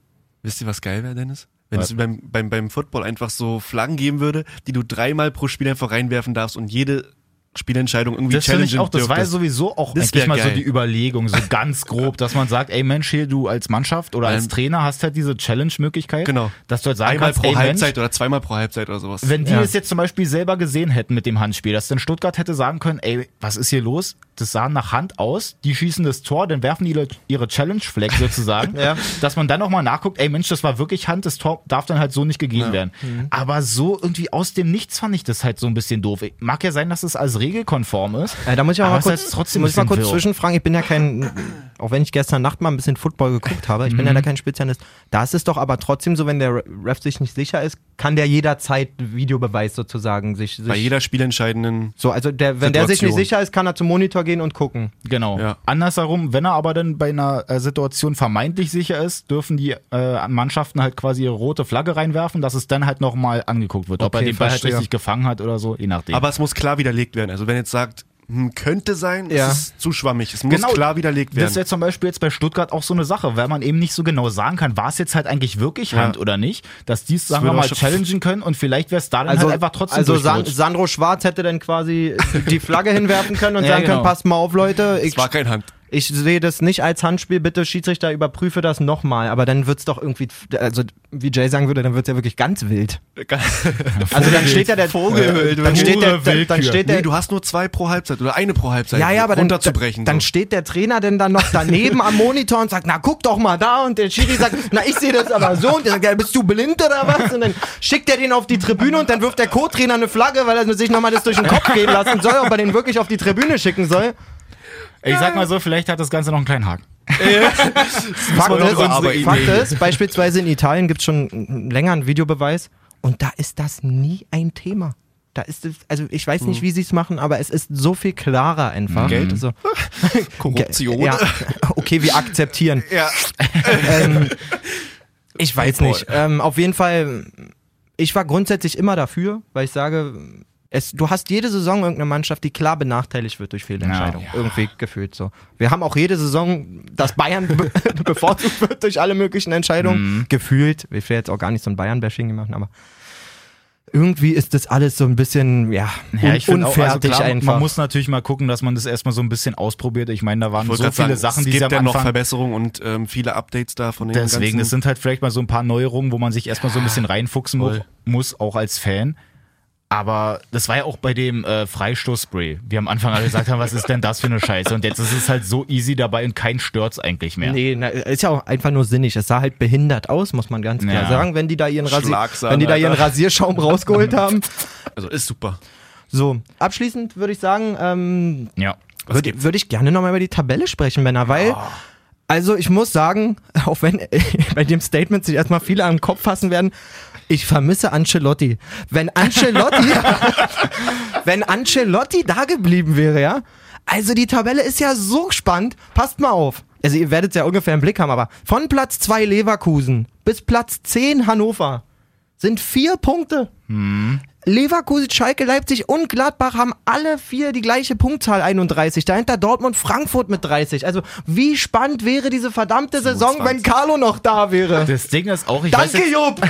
Speaker 2: Wisst ihr, was geil wäre, Dennis? Wenn es beim, beim, beim Football einfach so Flaggen geben würde, die du dreimal pro Spiel einfach reinwerfen darfst und jede Spielentscheidung irgendwie
Speaker 4: Das finde ich
Speaker 2: challengen
Speaker 4: auch, das war ja
Speaker 2: dürftest.
Speaker 4: sowieso auch
Speaker 2: Das
Speaker 4: eigentlich
Speaker 2: wär
Speaker 4: mal so
Speaker 2: geil.
Speaker 4: die Überlegung, so ganz grob, dass man sagt, ey Mensch, hier du als Mannschaft oder als
Speaker 2: Ähm,
Speaker 4: Trainer hast halt diese Challenge-Möglichkeit,
Speaker 2: Genau.
Speaker 4: dass du halt sagen
Speaker 2: Einmal
Speaker 4: kannst,
Speaker 2: pro
Speaker 4: ey Mensch,
Speaker 2: Halbzeit oder zweimal pro Halbzeit oder sowas.
Speaker 4: Wenn die
Speaker 5: Ja.
Speaker 4: es jetzt zum Beispiel selber gesehen hätten mit dem Handspiel, dass dann Stuttgart hätte sagen können, ey, was ist hier los? Das sah nach Hand aus, die schießen das Tor, dann werfen die le- ihre Challenge-Flag
Speaker 5: *laughs*
Speaker 4: sozusagen, dass man dann nochmal nachguckt, ey Mensch, das war wirklich Hand, das Tor darf dann halt so nicht gegeben werden.
Speaker 5: Mhm.
Speaker 4: Aber so irgendwie aus dem Nichts fand ich das halt so ein bisschen doof. Mag ja sein, dass es als regelkonform ist.
Speaker 5: Äh, da muss ich auch
Speaker 4: Aber
Speaker 5: mal
Speaker 4: es ist
Speaker 5: kurz,
Speaker 4: halt trotzdem
Speaker 5: muss ich mal
Speaker 4: ein bisschen
Speaker 5: kurz
Speaker 4: wirr.
Speaker 5: zwischenfragen. Ich bin ja kein, auch wenn ich gestern Nacht mal ein bisschen Football geguckt habe, ich bin
Speaker 4: Mhm.
Speaker 5: ja da kein Spezialist. Da ist es doch aber trotzdem so, wenn der Ref sich nicht sicher ist, kann der jederzeit Videobeweis sozusagen sich. sich
Speaker 2: Bei jeder spielentscheidenden.
Speaker 5: so, also der, wenn der sich nicht
Speaker 2: Situation.
Speaker 5: sicher ist, kann er zum Monitor gehen und gucken.
Speaker 4: Genau.
Speaker 2: Ja.
Speaker 4: Andersherum, wenn er aber dann bei einer äh, Situation vermeintlich sicher ist, dürfen die äh, Mannschaften halt quasi ihre rote Flagge reinwerfen, dass es dann halt nochmal angeguckt wird, ob er
Speaker 5: Okay,
Speaker 4: den Ball halt
Speaker 5: verstehe.
Speaker 4: richtig gefangen hat oder so, je nachdem.
Speaker 2: Aber es muss klar widerlegt werden. Also wenn jetzt sagt, hm, könnte sein,
Speaker 5: Ja.
Speaker 2: es ist zu schwammig. Es muss
Speaker 4: Genau.
Speaker 2: klar widerlegt
Speaker 4: das
Speaker 2: werden.
Speaker 4: wäre zum Beispiel jetzt bei Stuttgart auch so eine Sache, weil man eben nicht so genau sagen kann, war es jetzt halt eigentlich wirklich Hand oder nicht, dass die es, sagen wir
Speaker 2: würde
Speaker 4: mal,
Speaker 2: auch schon-
Speaker 4: challengen können und vielleicht wäre es da dann halt einfach trotzdem
Speaker 5: also San
Speaker 4: durchgerutscht.
Speaker 5: Sandro Schwarz hätte dann quasi die Flagge hinwerfen können
Speaker 4: *laughs*
Speaker 5: und
Speaker 4: Ja,
Speaker 5: sagen können,
Speaker 4: genau.
Speaker 5: passt mal auf, Leute, ich,
Speaker 2: Es war kein Hand.
Speaker 5: ich sehe das nicht als Handspiel, bitte Schiedsrichter, überprüfe das nochmal. Aber dann wird's doch irgendwie, also wie Jay sagen würde, dann wird's ja wirklich
Speaker 2: *laughs*
Speaker 5: ganz wild. Also dann steht ja der Vogelwild, dann steht der, dann, dann steht der
Speaker 2: Nee, du hast nur zwei pro Halbzeit oder eine pro Halbzeit.
Speaker 5: ja, ja, aber dann,
Speaker 2: runterzubrechen.
Speaker 5: dann
Speaker 2: so.
Speaker 5: steht der Trainer denn dann noch daneben am Monitor und sagt, na guck doch mal da und der Schiri sagt, na ich sehe das aber so und der sagt, ja, bist du blind oder was? Und dann schickt er den auf die Tribüne und dann wirft der Co-Trainer eine Flagge, weil er sich nochmal das durch den Kopf gehen lassen soll, ob er den wirklich auf die Tribüne schicken soll.
Speaker 4: ich sag mal so, vielleicht hat das Ganze noch einen
Speaker 2: *laughs*
Speaker 4: kleinen Haken.
Speaker 5: Fakt
Speaker 2: man doch
Speaker 5: ist,
Speaker 2: überarbeiten.
Speaker 5: Fakt ist, beispielsweise in Italien gibt es schon länger einen Videobeweis und da ist das nie ein Thema. Da ist, es- also ich weiß
Speaker 2: Hm.
Speaker 5: nicht, wie sie es machen, aber es ist so viel klarer einfach.
Speaker 4: Geld?
Speaker 5: Also,
Speaker 2: Korruption.
Speaker 5: Ja, okay, wir akzeptieren.
Speaker 2: *laughs* Ja.
Speaker 4: *laughs*
Speaker 5: ähm, ich weiß nicht. Ähm, auf jeden Fall, ich war grundsätzlich immer dafür, weil ich sage, es, du hast jede Saison irgendeine Mannschaft, die klar benachteiligt wird durch Fehlentscheidungen.
Speaker 4: Ja.
Speaker 5: Irgendwie gefühlt so. Wir haben auch jede Saison, dass Bayern be *laughs* bevorzugt wird durch alle möglichen
Speaker 4: Mhm.
Speaker 5: Entscheidungen. Gefühlt. Ich will jetzt auch gar nicht so ein Bayern-Bashing machen, aber irgendwie ist das alles so ein bisschen, ja,
Speaker 4: Ja,
Speaker 5: un-
Speaker 4: ich finde auch, also
Speaker 5: unfertig
Speaker 4: klar,
Speaker 5: einfach.
Speaker 4: man muss natürlich mal gucken, dass man das erstmal so ein bisschen ausprobiert. Ich meine, da waren so
Speaker 2: wollte
Speaker 4: viele
Speaker 2: gerade sagen,
Speaker 4: Sachen, die
Speaker 2: es
Speaker 4: sie
Speaker 2: gibt
Speaker 4: am
Speaker 2: ja noch
Speaker 4: Anfang...
Speaker 2: Verbesserungen und ähm, viele Updates da von den
Speaker 4: Deswegen,
Speaker 2: ganzen.
Speaker 4: es sind halt vielleicht mal so ein paar Neuerungen, wo man sich erstmal so ein bisschen reinfuchsen mu
Speaker 2: voll.
Speaker 4: muss, auch als Fan. Aber das war ja auch bei dem äh, Freistoßspray. Wir am Anfang alle gesagt haben, was ist denn das für eine Scheiße? Und jetzt ist es halt so easy dabei und kein stört's eigentlich mehr.
Speaker 5: Nee, na, ist ja auch einfach nur sinnig. Es sah halt behindert aus, muss man ganz klar
Speaker 4: Ja.
Speaker 5: sagen, wenn die da ihren, Rasi
Speaker 2: Schlagsahne,
Speaker 5: wenn die da ihren
Speaker 2: Alter.
Speaker 5: Rasierschaum rausgeholt haben.
Speaker 2: also ist super.
Speaker 5: So, abschließend würde ich sagen, ähm,
Speaker 4: Ja.
Speaker 5: würde würd ich gerne nochmal über die Tabelle sprechen, Männer, weil. Also ich muss sagen, *laughs* auch wenn bei dem Statement sich erstmal viele am Kopf fassen werden, ich vermisse Ancelotti. Wenn Ancelotti, wenn Ancelotti da geblieben wäre, ja, also die Tabelle ist ja so spannend. Passt mal auf. Also ihr werdet ja ungefähr im Blick haben, aber von Platz 2 Leverkusen bis Platz 10 Hannover sind vier Punkte. Leverkusen, Schalke, Leipzig und Gladbach haben alle vier die gleiche Punktzahl 31. Dahinter Dortmund, Frankfurt mit 30. Also wie spannend wäre diese verdammte Saison, wenn Carlo noch da wäre?
Speaker 4: Das Ding ist auch, ich weiß,
Speaker 5: Danke,
Speaker 4: jetzt,
Speaker 5: Job!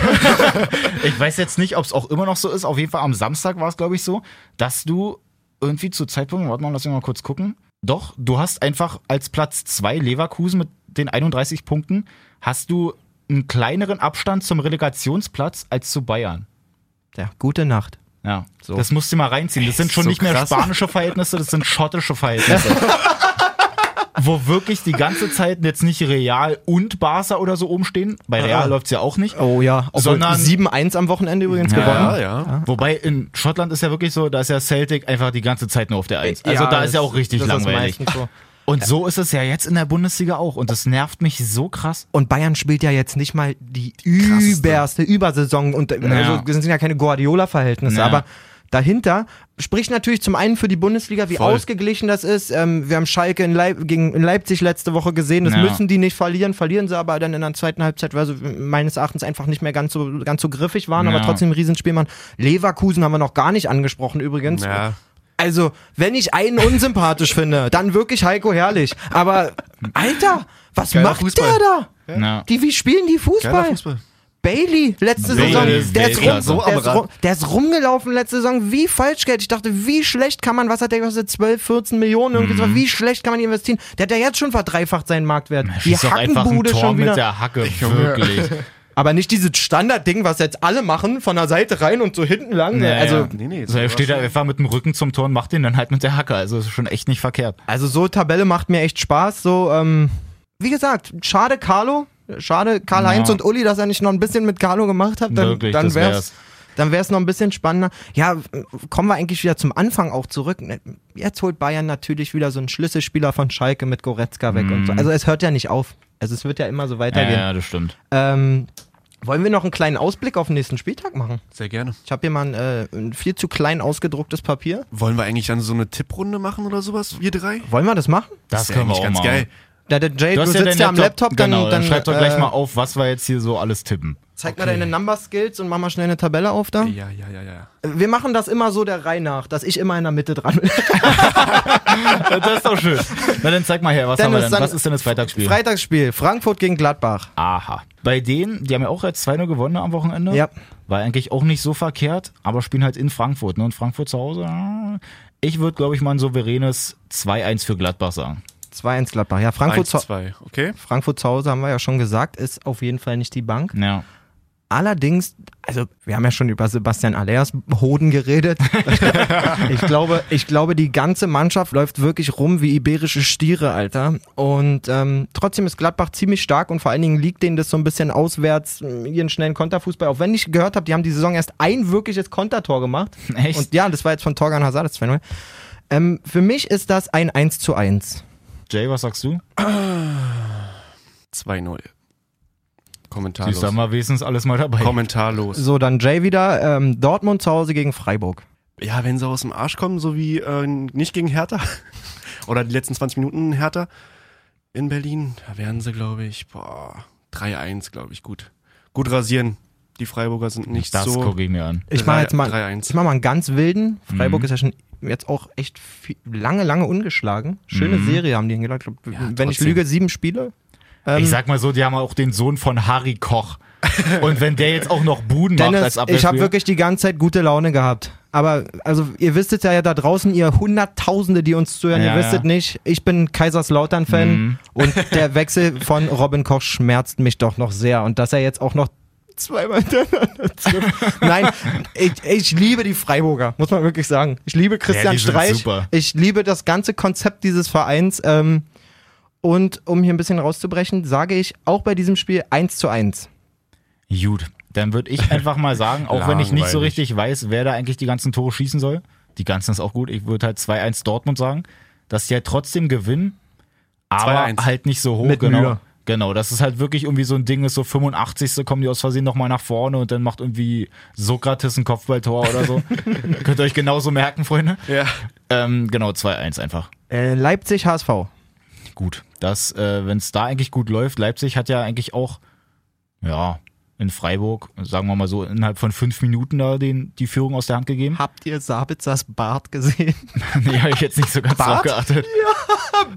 Speaker 4: ich weiß jetzt nicht, ob es auch immer noch so ist. Auf jeden Fall am Samstag war es, glaube ich, so, dass du irgendwie zu Zeitpunkt, warte mal, lass mich mal kurz gucken. Doch, du hast einfach als Platz 2 Leverkusen mit den 31 Punkten, hast du einen kleineren Abstand zum Relegationsplatz als zu Bayern.
Speaker 5: Ja, gute Nacht.
Speaker 4: Ja, das musst du mal reinziehen. Das sind schon nicht mehr spanische Verhältnisse, das sind schottische
Speaker 5: *laughs*
Speaker 4: Verhältnisse. Wo wirklich die ganze Zeit jetzt nicht Real und Barca oder so oben stehen. Bei Real
Speaker 5: Ah.
Speaker 4: läuft's ja auch nicht.
Speaker 5: Oh ja, obwohl
Speaker 4: Sondern-
Speaker 5: 7-1 am Wochenende übrigens
Speaker 4: Ja.
Speaker 2: Ja,
Speaker 5: gewonnen.
Speaker 2: ja.
Speaker 4: Wobei in Schottland ist ja wirklich so, da ist ja Celtic einfach die ganze Zeit nur auf der Eins. Also da ist ja auch richtig
Speaker 5: das ist
Speaker 4: langweilig.
Speaker 5: meistens so.
Speaker 4: Und so ist es ja jetzt in der Bundesliga auch. Und das nervt mich so krass.
Speaker 5: Und Bayern spielt ja jetzt nicht mal die überste Übersaison und äh, also, das sind ja keine Guardiola-Verhältnisse,
Speaker 4: Ja.
Speaker 5: aber dahinter spricht natürlich zum einen für die Bundesliga, wie
Speaker 2: Voll.
Speaker 5: ausgeglichen das ist. Ähm, wir haben Schalke in, Leip gegen, in Leipzig letzte Woche gesehen, das
Speaker 4: Ja.
Speaker 5: müssen die nicht verlieren, verlieren sie aber dann in der zweiten Halbzeit, weil sie meines Erachtens einfach nicht mehr ganz so, ganz so griffig waren, aber
Speaker 4: Ja.
Speaker 5: trotzdem ein Riesenspiel machen. Leverkusen haben wir noch gar nicht angesprochen übrigens.
Speaker 2: Ja.
Speaker 5: Also, wenn ich einen unsympathisch finde, dann wirklich Heiko Herrlich. Aber, Alter, was
Speaker 2: Geiler
Speaker 5: macht
Speaker 2: Fußball.
Speaker 5: der da?
Speaker 4: Ja.
Speaker 5: Die, wie spielen die
Speaker 2: Geiler
Speaker 5: Fußball?
Speaker 2: Fußball.
Speaker 5: Bailey, letzte
Speaker 4: Bailey
Speaker 5: Saison,
Speaker 4: ist
Speaker 5: der ist, rum,
Speaker 4: Weltklasse.
Speaker 5: der, ist
Speaker 2: So am
Speaker 5: rum, der ist rumgelaufen letzte Saison, wie Falschgeld. Ich dachte, wie schlecht kann man, was hat der gekostet, 12, 14 Millionen irgendwie
Speaker 4: Mhm.
Speaker 5: so, wie schlecht kann man investieren? Der hat ja jetzt schon verdreifacht seinen Marktwert. Die
Speaker 4: Schießt doch einfach ein
Speaker 5: Hackenbude
Speaker 4: Tor
Speaker 5: schon
Speaker 4: mit
Speaker 5: wieder.
Speaker 4: der Hacke. Wirklich.
Speaker 5: *laughs* Aber nicht dieses Standardding, was jetzt alle machen, von der Seite rein und so hinten lang.
Speaker 4: Naja.
Speaker 5: Also,
Speaker 2: Nee, nee.
Speaker 4: So, er
Speaker 2: das
Speaker 4: steht da
Speaker 2: war
Speaker 4: einfach mit dem Rücken zum Tor und macht den dann halt mit der Hacke. Also das ist schon echt nicht verkehrt.
Speaker 5: Also so Tabelle macht mir echt Spaß. So, ähm, wie gesagt, schade Carlo, schade Karl-Heinz
Speaker 4: Ja.
Speaker 5: und Uli, dass er nicht noch ein bisschen mit Carlo gemacht hat. Dann,
Speaker 4: Wirklich,
Speaker 5: dann
Speaker 4: das
Speaker 5: wär's,
Speaker 4: wär's.
Speaker 5: Dann wäre es noch ein bisschen spannender. Ja, äh, kommen wir eigentlich wieder zum Anfang auch zurück. Ne, Jetzt holt Bayern natürlich wieder so einen Schlüsselspieler von Schalke mit Goretzka weg und so. Also es hört ja nicht auf. Also es wird ja immer so
Speaker 4: Ja,
Speaker 5: weitergehen.
Speaker 4: Mhm. ja, das stimmt.
Speaker 5: Ähm, wollen wir noch einen kleinen Ausblick auf den nächsten Spieltag machen?
Speaker 2: schon- Sehr gerne.
Speaker 5: Ich habe hier mal ein, äh, ein viel zu klein ausgedrucktes Papier.
Speaker 2: Wollen wir eigentlich dann so eine Tipprunde machen oder sowas? Wir drei?
Speaker 5: Wollen wir das machen?
Speaker 4: Das,
Speaker 2: wär
Speaker 4: können wir
Speaker 2: eigentlich
Speaker 4: auch
Speaker 2: ganz
Speaker 4: mal.
Speaker 2: geil.
Speaker 5: Da der
Speaker 4: Du
Speaker 5: Jay, du,
Speaker 4: hast ja
Speaker 5: sitzt
Speaker 4: deinen
Speaker 5: ja am Laptop, dann,
Speaker 4: genau, dann, schreib doch
Speaker 5: äh,
Speaker 4: gleich mal auf, was wir jetzt hier so alles
Speaker 5: *laughs*
Speaker 4: tippen.
Speaker 5: Zeig mal deine Number Skills und mach mal schnell eine Tabelle auf da.
Speaker 2: Ja, ja, ja, ja.
Speaker 5: Wir machen das immer so der Reihe nach, dass ich immer in der Mitte dran bin.
Speaker 4: Das ist doch schön. Na dann zeig mal her, was
Speaker 5: Dennis,
Speaker 4: haben wir denn?
Speaker 5: dann-
Speaker 4: was ist denn das Freitagsspiel?
Speaker 5: Freitagsspiel, Frankfurt gegen Gladbach.
Speaker 4: Aha. Bei denen, die haben ja auch jetzt 2-0 gewonnen am Wochenende.
Speaker 5: Ja.
Speaker 4: War eigentlich auch nicht so verkehrt, aber spielen halt in Frankfurt. Ne? Und Frankfurt zu Hause. ah. Ich würde, glaube ich, mal ein souveränes 2-1 für Gladbach sagen.
Speaker 5: 2-1 Gladbach. Ja, Frankfurt,
Speaker 2: Eins,
Speaker 5: zu,
Speaker 2: zwei, okay.
Speaker 5: Frankfurt zu Hause haben wir ja schon gesagt, ist auf jeden Fall nicht die Bank.
Speaker 4: Ja. *laughs*
Speaker 5: Allerdings, also wir haben ja schon über Sebastian Allers Hoden geredet. ich, glaube, ich glaube, die ganze Mannschaft läuft wirklich rum wie iberische Stiere, Alter. Und ähm, trotzdem ist Gladbach ziemlich stark und vor allen Dingen liegt denen das so ein bisschen auswärts, äh, ihren schnellen Konterfußball. Auch wenn ich gehört habe, die haben die Saison erst ein wirkliches Kontertor gemacht.
Speaker 4: Echt?
Speaker 5: Und ja, das war jetzt von Torgan Hazard, das 2 ähm, Für mich ist das ein 1 zu 1.
Speaker 4: Jay, was sagst du?
Speaker 2: 2-0.
Speaker 4: Siehst du
Speaker 2: Kommentarlos.
Speaker 4: mal wenigstens alles mal dabei.
Speaker 2: Kommentarlos.
Speaker 5: So, dann Jay wieder. Ähm, Dortmund zu Hause gegen Freiburg.
Speaker 2: Ja, wenn sie aus dem Arsch kommen, so wie äh, nicht gegen Hertha *laughs* oder die letzten 20 Minuten Hertha in Berlin, da werden sie, glaube ich, boah, 3-1, glaube ich, gut. Gut rasieren. Die Freiburger sind nicht
Speaker 4: Das
Speaker 2: so.
Speaker 4: gucke ich mir an.
Speaker 5: Ich mache jetzt mal,
Speaker 2: 3-1.
Speaker 5: ich mach mal einen ganz wilden. Freiburg ist ja schon jetzt auch echt viel, lange, lange ungeschlagen. Schöne Serie haben die hingelegt. Ich glaub, wenn ich
Speaker 2: trotzdem.
Speaker 5: lüge, sieben Spiele. Ähm,
Speaker 4: ich sag mal so, die haben auch den Sohn von Harry Koch. Und wenn der jetzt auch noch Buden macht als
Speaker 5: Dennis,
Speaker 4: Abwehrspieler.
Speaker 5: ich habe wirklich die ganze Zeit gute Laune gehabt. Aber also ihr wisstet ja da draußen, ihr Hunderttausende, die uns zuhören,
Speaker 4: Ja,
Speaker 5: ihr
Speaker 4: ja.
Speaker 5: wisstet
Speaker 4: Mhm.
Speaker 5: nicht, ich bin Kaiserslautern-Fan
Speaker 4: *laughs*
Speaker 5: und der Wechsel von Robin Koch schmerzt mich doch noch sehr. Und dass er jetzt auch noch zweimal *laughs* hintereinander trifft. Nein, ich, ich liebe die Freiburger, muss man wirklich sagen. Ich liebe Christian
Speaker 4: die sind
Speaker 5: Streich.
Speaker 4: super.
Speaker 5: Ich liebe das ganze Konzept dieses Vereins. Ähm, und um hier ein bisschen rauszubrechen, sage ich auch bei diesem Spiel 1 zu 1.
Speaker 4: Gut, dann würde ich einfach
Speaker 2: *laughs*
Speaker 4: mal sagen, auch wenn ich nicht so
Speaker 2: Langweilig.
Speaker 4: richtig weiß, wer da eigentlich die ganzen Tore schießen soll. Die ganzen ist auch gut. Ich würde halt 2-1 Dortmund sagen, dass die halt trotzdem gewinnen, aber
Speaker 2: 2-1.
Speaker 4: halt nicht so hoch.
Speaker 5: Mit
Speaker 4: genau.
Speaker 5: Mühe.
Speaker 4: Genau, das ist halt wirklich irgendwie so ein Ding, ist so 85. kommen die aus Versehen nochmal nach vorne und dann macht irgendwie Sokrates ein Kopfballtor oder
Speaker 2: *laughs*
Speaker 4: so. Könnt ihr euch genauso merken, Freunde.
Speaker 2: Ja.
Speaker 4: Ähm, genau, 2-1 einfach.
Speaker 5: Äh, Leipzig HSV.
Speaker 4: gut. Dass, äh, wenn es da eigentlich gut läuft, Leipzig hat ja eigentlich auch, ja, in Freiburg, sagen wir mal so, innerhalb von fünf Minuten da den, die Führung aus der Hand gegeben. *laughs*
Speaker 5: Habt ihr Sabitzers Bart gesehen?
Speaker 4: nee, habe ich jetzt nicht so ganz drauf
Speaker 5: Bart?
Speaker 4: geachtet.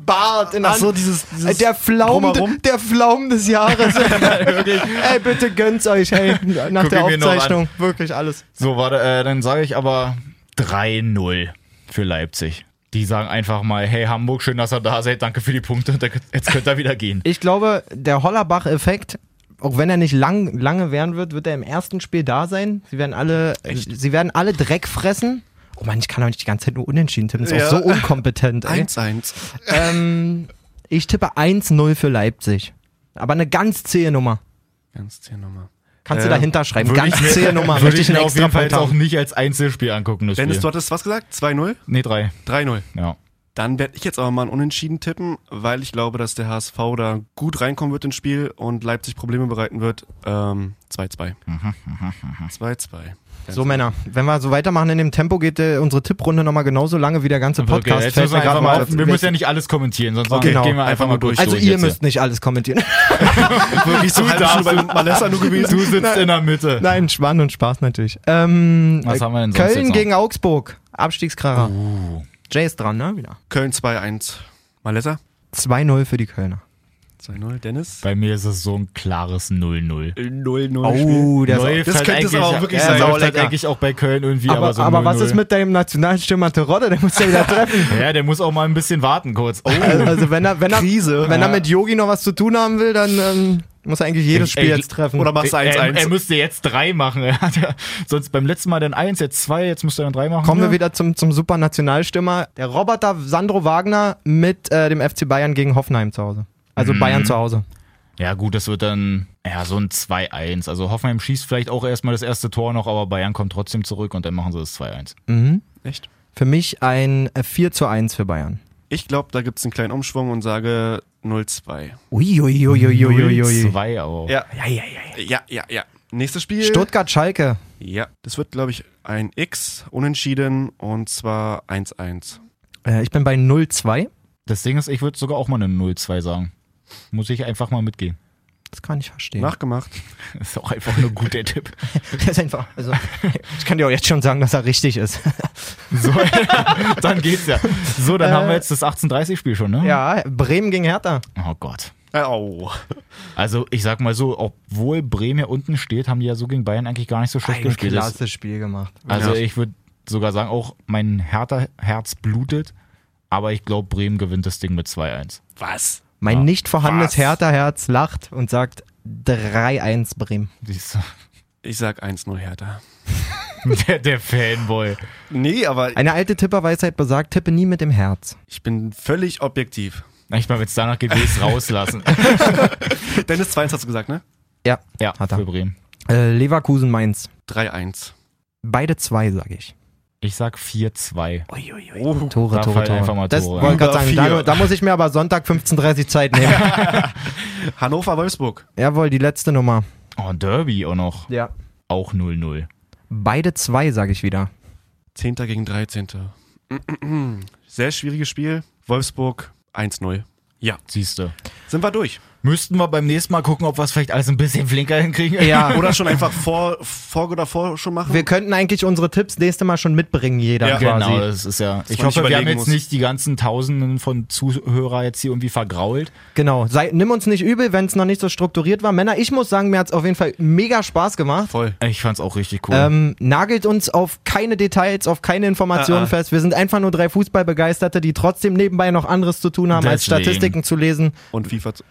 Speaker 5: Bart in
Speaker 2: Ach so, dieses,
Speaker 5: Hand.
Speaker 4: Äh,
Speaker 2: dieses
Speaker 5: der Pflaumen,
Speaker 2: Drumherum?
Speaker 5: der Pflaumen des *laughs* Jahres. ey, bitte gönnt's euch, hey, nach
Speaker 4: Guck
Speaker 5: der
Speaker 4: ich mir noch an.
Speaker 5: Aufzeichnung. Wirklich alles.
Speaker 4: So, warte, äh, dann sage ich aber 3-0 für Leipzig. Die sagen einfach mal, hey Hamburg, schön, dass ihr da seid, danke für die Punkte, da- jetzt könnt ihr wieder gehen.
Speaker 5: Ich glaube, der Hollerbach-Effekt, auch wenn er nicht lang, lange währen wird, wird er im ersten Spiel da sein. Sie werden alle, sie werden alle Dreck fressen. Oh Mann, ich kann doch nicht die ganze Zeit nur unentschieden tippen. Das ist
Speaker 2: Ja.
Speaker 5: auch so unkompetent, ey.
Speaker 2: 1-1.
Speaker 5: Ähm, ich tippe 1-0 für Leipzig. Aber eine ganz zähe Nummer.
Speaker 2: Ganz 10 nochmal.
Speaker 5: Kannst
Speaker 2: Äh,
Speaker 5: du dahinter schreiben.
Speaker 4: würde
Speaker 5: Ganz
Speaker 4: ich mir-
Speaker 5: zähe Nummer.
Speaker 4: Würde ich
Speaker 5: einen
Speaker 4: mir auf jeden Fall
Speaker 5: Extrapunkt
Speaker 4: jetzt auch
Speaker 5: haben.
Speaker 4: nicht als Einzelspiel angucken, das
Speaker 2: Dennis, du
Speaker 4: Spiel.
Speaker 2: hattest was gesagt? 2-0?
Speaker 4: Nee, 3,
Speaker 2: 3-0.
Speaker 4: ja.
Speaker 2: Dann werde ich jetzt aber mal einen Unentschieden tippen, weil ich glaube, dass der HSV da gut reinkommen wird ins Spiel und Leipzig Probleme bereiten wird. Ähm, 2-2. 2-2.
Speaker 5: So Männer, wenn wir so weitermachen in dem Tempo, geht äh, unsere Tipprunde nochmal genauso lange wie der ganze
Speaker 4: Also, Okay,
Speaker 5: Podcast.
Speaker 4: jetzt müssen wir,
Speaker 5: Fällt mir
Speaker 4: einfach
Speaker 5: gerade
Speaker 4: mal
Speaker 5: mal
Speaker 4: auf.
Speaker 5: auf.
Speaker 4: wir müssen ja nicht alles kommentieren, sonst
Speaker 5: Okay,
Speaker 4: gehen
Speaker 5: genau.
Speaker 4: wir einfach mal durch.
Speaker 5: also
Speaker 4: durch
Speaker 5: ihr
Speaker 4: jetzt
Speaker 5: müsst nicht alles kommentieren. *laughs*
Speaker 4: wirklich so
Speaker 2: halbe
Speaker 4: darfst
Speaker 2: Stunde
Speaker 4: du-
Speaker 2: bei Malessa nur gewesen.
Speaker 4: Du sitzt in der Mitte.
Speaker 5: Nein, Schwan und Spaß natürlich. Ähm,
Speaker 4: Was
Speaker 5: äh,
Speaker 4: haben wir denn sonst jetzt
Speaker 5: Köln
Speaker 4: noch? Uh.
Speaker 5: gegen Augsburg, Abstiegskracher. Jay ist dran, ne? Wieder.
Speaker 2: Köln 2-1. Malessa?
Speaker 5: 2-0 für die Kölner.
Speaker 2: 2-0. Dennis?
Speaker 4: Bei mir ist es so ein klares 0-0.
Speaker 2: 0-0.
Speaker 5: der
Speaker 2: Das
Speaker 4: Läuft
Speaker 5: ist-
Speaker 4: Oh, halt
Speaker 2: könnte es
Speaker 4: eigentlich-
Speaker 2: aber auch wirklich
Speaker 4: ja,
Speaker 2: sein.
Speaker 4: läuft
Speaker 5: Saulecker.
Speaker 4: halt eigentlich auch bei Köln irgendwie, aber,
Speaker 5: aber
Speaker 4: so
Speaker 5: aber was
Speaker 4: 0-0.
Speaker 5: ist mit deinem Nationalstürmer Terodde? Der muss
Speaker 4: *laughs*
Speaker 5: ja wieder treffen.
Speaker 4: Ja, der muss auch mal ein bisschen warten
Speaker 5: *laughs*
Speaker 4: kurz. Oh,
Speaker 5: Also wenn er, wenn er, wenn er mit Yogi noch was zu tun haben will, dann ähm, muss er eigentlich jedes
Speaker 4: Ey,
Speaker 5: Spiel
Speaker 4: ey,
Speaker 5: jetzt treffen.
Speaker 2: Oder machst du
Speaker 4: Äh, er, er
Speaker 2: 1-1?
Speaker 4: müsste jetzt drei machen. *laughs* Er hat ja, sonst beim letzten Mal dann eins, jetzt zwei, jetzt müsste er dann drei machen. ne?
Speaker 5: Kommen
Speaker 4: Ja.
Speaker 5: wir wieder zum, zum super Nationalstürmer. Der Roboter Sandro Wagner mit äh, dem FC Bayern gegen Hoffenheim zu Hause. Also Bayern zu Hause.
Speaker 4: Ja, gut, das wird dann ja, so ein 2-1. Also Hoffenheim schießt vielleicht auch erstmal das erste Tor noch, aber Bayern kommt trotzdem zurück und dann machen sie das 2-1.
Speaker 2: Echt?
Speaker 5: Für mich ein äh, 4 zu 1 für Bayern.
Speaker 2: Ich glaube, da gibt es einen kleinen Umschwung und sage 0-2.
Speaker 5: Uiuiuiuiuiui.
Speaker 4: 2 aber.
Speaker 2: Ja. Oh. Ja, ja, ja. Ja, ja, ja. Nächstes Spiel.
Speaker 5: Stuttgart-Schalke.
Speaker 2: Ja. Das wird, glaube ich, ein X, unentschieden und zwar 1-1.
Speaker 5: Äh, ich bin bei 0-2.
Speaker 4: Das Ding ist, ich würde sogar auch mal eine 0-2 sagen. Muss ich einfach mal mitgehen.
Speaker 5: Das kann ich verstehen.
Speaker 2: Nachgemacht.
Speaker 4: Das ist auch einfach nur gut der Tipp.
Speaker 5: *laughs* Das ist einfach, also, ich kann dir auch jetzt schon sagen, dass er richtig ist.
Speaker 4: So, dann geht's ja. So, dann
Speaker 5: Äh,
Speaker 4: haben wir jetzt das 1830-Spiel schon, ne?
Speaker 5: Ja, Bremen gegen Hertha.
Speaker 4: Oh Gott.
Speaker 2: Äh, Au.
Speaker 4: Also, ich sag mal so, obwohl Bremen ja unten steht, haben die ja so gegen Bayern eigentlich gar nicht so schlecht
Speaker 5: Ein
Speaker 4: gespielt. Das-
Speaker 5: klasse Spiel gemacht.
Speaker 4: Also,
Speaker 2: Ja.
Speaker 4: ich würde sogar sagen, auch mein härter Herz blutet. Aber ich glaube, Bremen gewinnt das Ding mit 2-1.
Speaker 2: Was?
Speaker 5: Mein
Speaker 4: Ja.
Speaker 5: nicht vorhandenes
Speaker 2: Was?
Speaker 5: Hertha-Herz lacht und sagt 3-1 Bremen.
Speaker 4: Siehst du?
Speaker 2: Ich sag 1-0 Hertha.
Speaker 4: *laughs* Der, der Fanboy.
Speaker 2: Nee, aber
Speaker 5: Eine alte Tipperweisheit besagt, tippe nie mit dem Herz.
Speaker 2: ich bin völlig objektiv.
Speaker 4: Ich meine, wenn es danach geht, will ich's
Speaker 5: *laughs*
Speaker 4: rauslassen.
Speaker 2: Dennis 2-1 hast du gesagt, ne?
Speaker 5: Ja,
Speaker 4: Ja,
Speaker 5: Hat er.
Speaker 4: für Bremen.
Speaker 5: äh, Leverkusen Mainz.
Speaker 2: 3-1.
Speaker 5: Beide zwei, sage ich.
Speaker 4: Ich sag 4-2.
Speaker 2: Oh.
Speaker 5: Tore,
Speaker 4: Da
Speaker 5: Tore,
Speaker 4: fallen
Speaker 5: Tore.
Speaker 4: einfach mal
Speaker 5: das
Speaker 4: Tore,
Speaker 5: wollte ich
Speaker 2: ja.
Speaker 5: gerade sagen.
Speaker 2: Über
Speaker 5: Da,
Speaker 2: vier.
Speaker 5: da muss ich mir aber Sonntag 15.30 Zeit nehmen.
Speaker 4: *laughs*
Speaker 2: Hannover-Wolfsburg.
Speaker 5: Jawohl, die letzte Nummer.
Speaker 4: Oh, Derby auch noch.
Speaker 5: Ja.
Speaker 4: Auch 0-0.
Speaker 5: Beide zwei, sage ich wieder.
Speaker 2: 10. gegen 13. *clears throat* Sehr schwieriges Spiel. Wolfsburg 1-0. Ja,
Speaker 4: Siehst du.
Speaker 2: sind wir durch.
Speaker 4: Müssten wir beim nächsten Mal gucken, ob wir es vielleicht alles ein bisschen flinker hinkriegen.
Speaker 5: *laughs* Ja.
Speaker 2: Oder schon einfach vor, vor oder vor schon machen.
Speaker 5: Wir könnten eigentlich unsere Tipps nächste Mal schon mitbringen, jeder
Speaker 2: Ja,
Speaker 5: quasi.
Speaker 4: *laughs* Genau, das ist ja. Ich
Speaker 2: man nicht
Speaker 4: hoffe, wir haben
Speaker 2: überlegen muss.
Speaker 4: jetzt nicht die ganzen Tausenden von Zuhörer jetzt hier irgendwie vergrault.
Speaker 5: Genau, sei, nimm uns nicht übel, wenn es noch nicht so strukturiert war. Männer, ich muss sagen, mir hat es auf jeden Fall mega Spaß gemacht.
Speaker 2: Voll.
Speaker 4: Ich fand's auch richtig cool.
Speaker 5: Ähm, nagelt uns auf keine Details, auf keine Informationen
Speaker 2: Ah, ah.
Speaker 5: fest. Wir sind einfach nur drei Fußballbegeisterte, die trotzdem nebenbei noch anderes zu tun haben, als
Speaker 4: Deswegen.
Speaker 5: Statistiken zu lesen.
Speaker 2: Und FIFA. zu-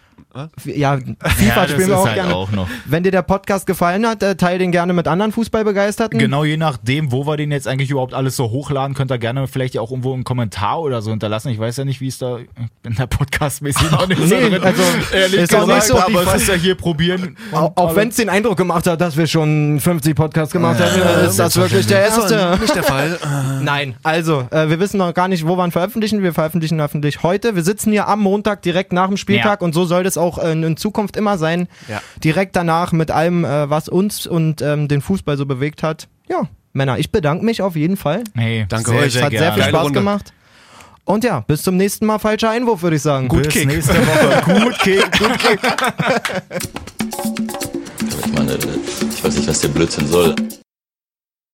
Speaker 5: Ja, FIFA
Speaker 4: ja, das
Speaker 5: spielen
Speaker 4: ist
Speaker 5: wir auch
Speaker 4: halt
Speaker 5: gerne.
Speaker 4: auch noch.
Speaker 5: Wenn dir der Podcast gefallen hat, äh, teil den gerne mit anderen Fußballbegeisterten.
Speaker 4: Genau je nachdem, wo wir den jetzt eigentlich überhaupt alles so hochladen, könnt ihr gerne vielleicht ja auch irgendwo einen Kommentar oder so hinterlassen. Ich weiß ja nicht, wie es da in der Podcast-mäßig noch nicht so
Speaker 5: Nee,
Speaker 4: drin
Speaker 5: also,
Speaker 4: Ehrlich
Speaker 5: ist auch
Speaker 4: gesagt,
Speaker 5: nicht so.
Speaker 4: aber es ist ja hier probieren.
Speaker 5: Auch, auch wenn es den Eindruck gemacht hat, dass wir schon 50 Podcasts gemacht haben, äh, ist das wirklich der erste.
Speaker 2: Nicht der Fall.
Speaker 5: Nein, also, äh, wir wissen noch gar nicht, wo wir ihn veröffentlichen. Wir veröffentlichen öffentlich heute. Wir sitzen hier am Montag direkt nach dem Spieltag
Speaker 4: Ja.
Speaker 5: und so soll das auch äh, in Zukunft immer sein.
Speaker 2: Ja.
Speaker 5: Direkt danach mit allem, äh, was uns und ähm, den Fußball so bewegt hat. Ja, Männer, ich bedanke mich auf jeden Fall.
Speaker 4: Hey,
Speaker 2: Danke
Speaker 4: sehr,
Speaker 2: euch.
Speaker 4: Sehr
Speaker 5: Hat sehr
Speaker 4: gerne.
Speaker 5: viel
Speaker 2: Geile
Speaker 5: Spaß
Speaker 2: Runde.
Speaker 5: gemacht. Und ja, bis zum nächsten Mal. Falscher Einwurf, würde ich sagen.
Speaker 4: Gut Bis
Speaker 2: Kick.
Speaker 4: nächste Woche. Gut Kick. Gut Kick.
Speaker 7: Ich meine, ich weiß nicht, was der Blödsinn soll.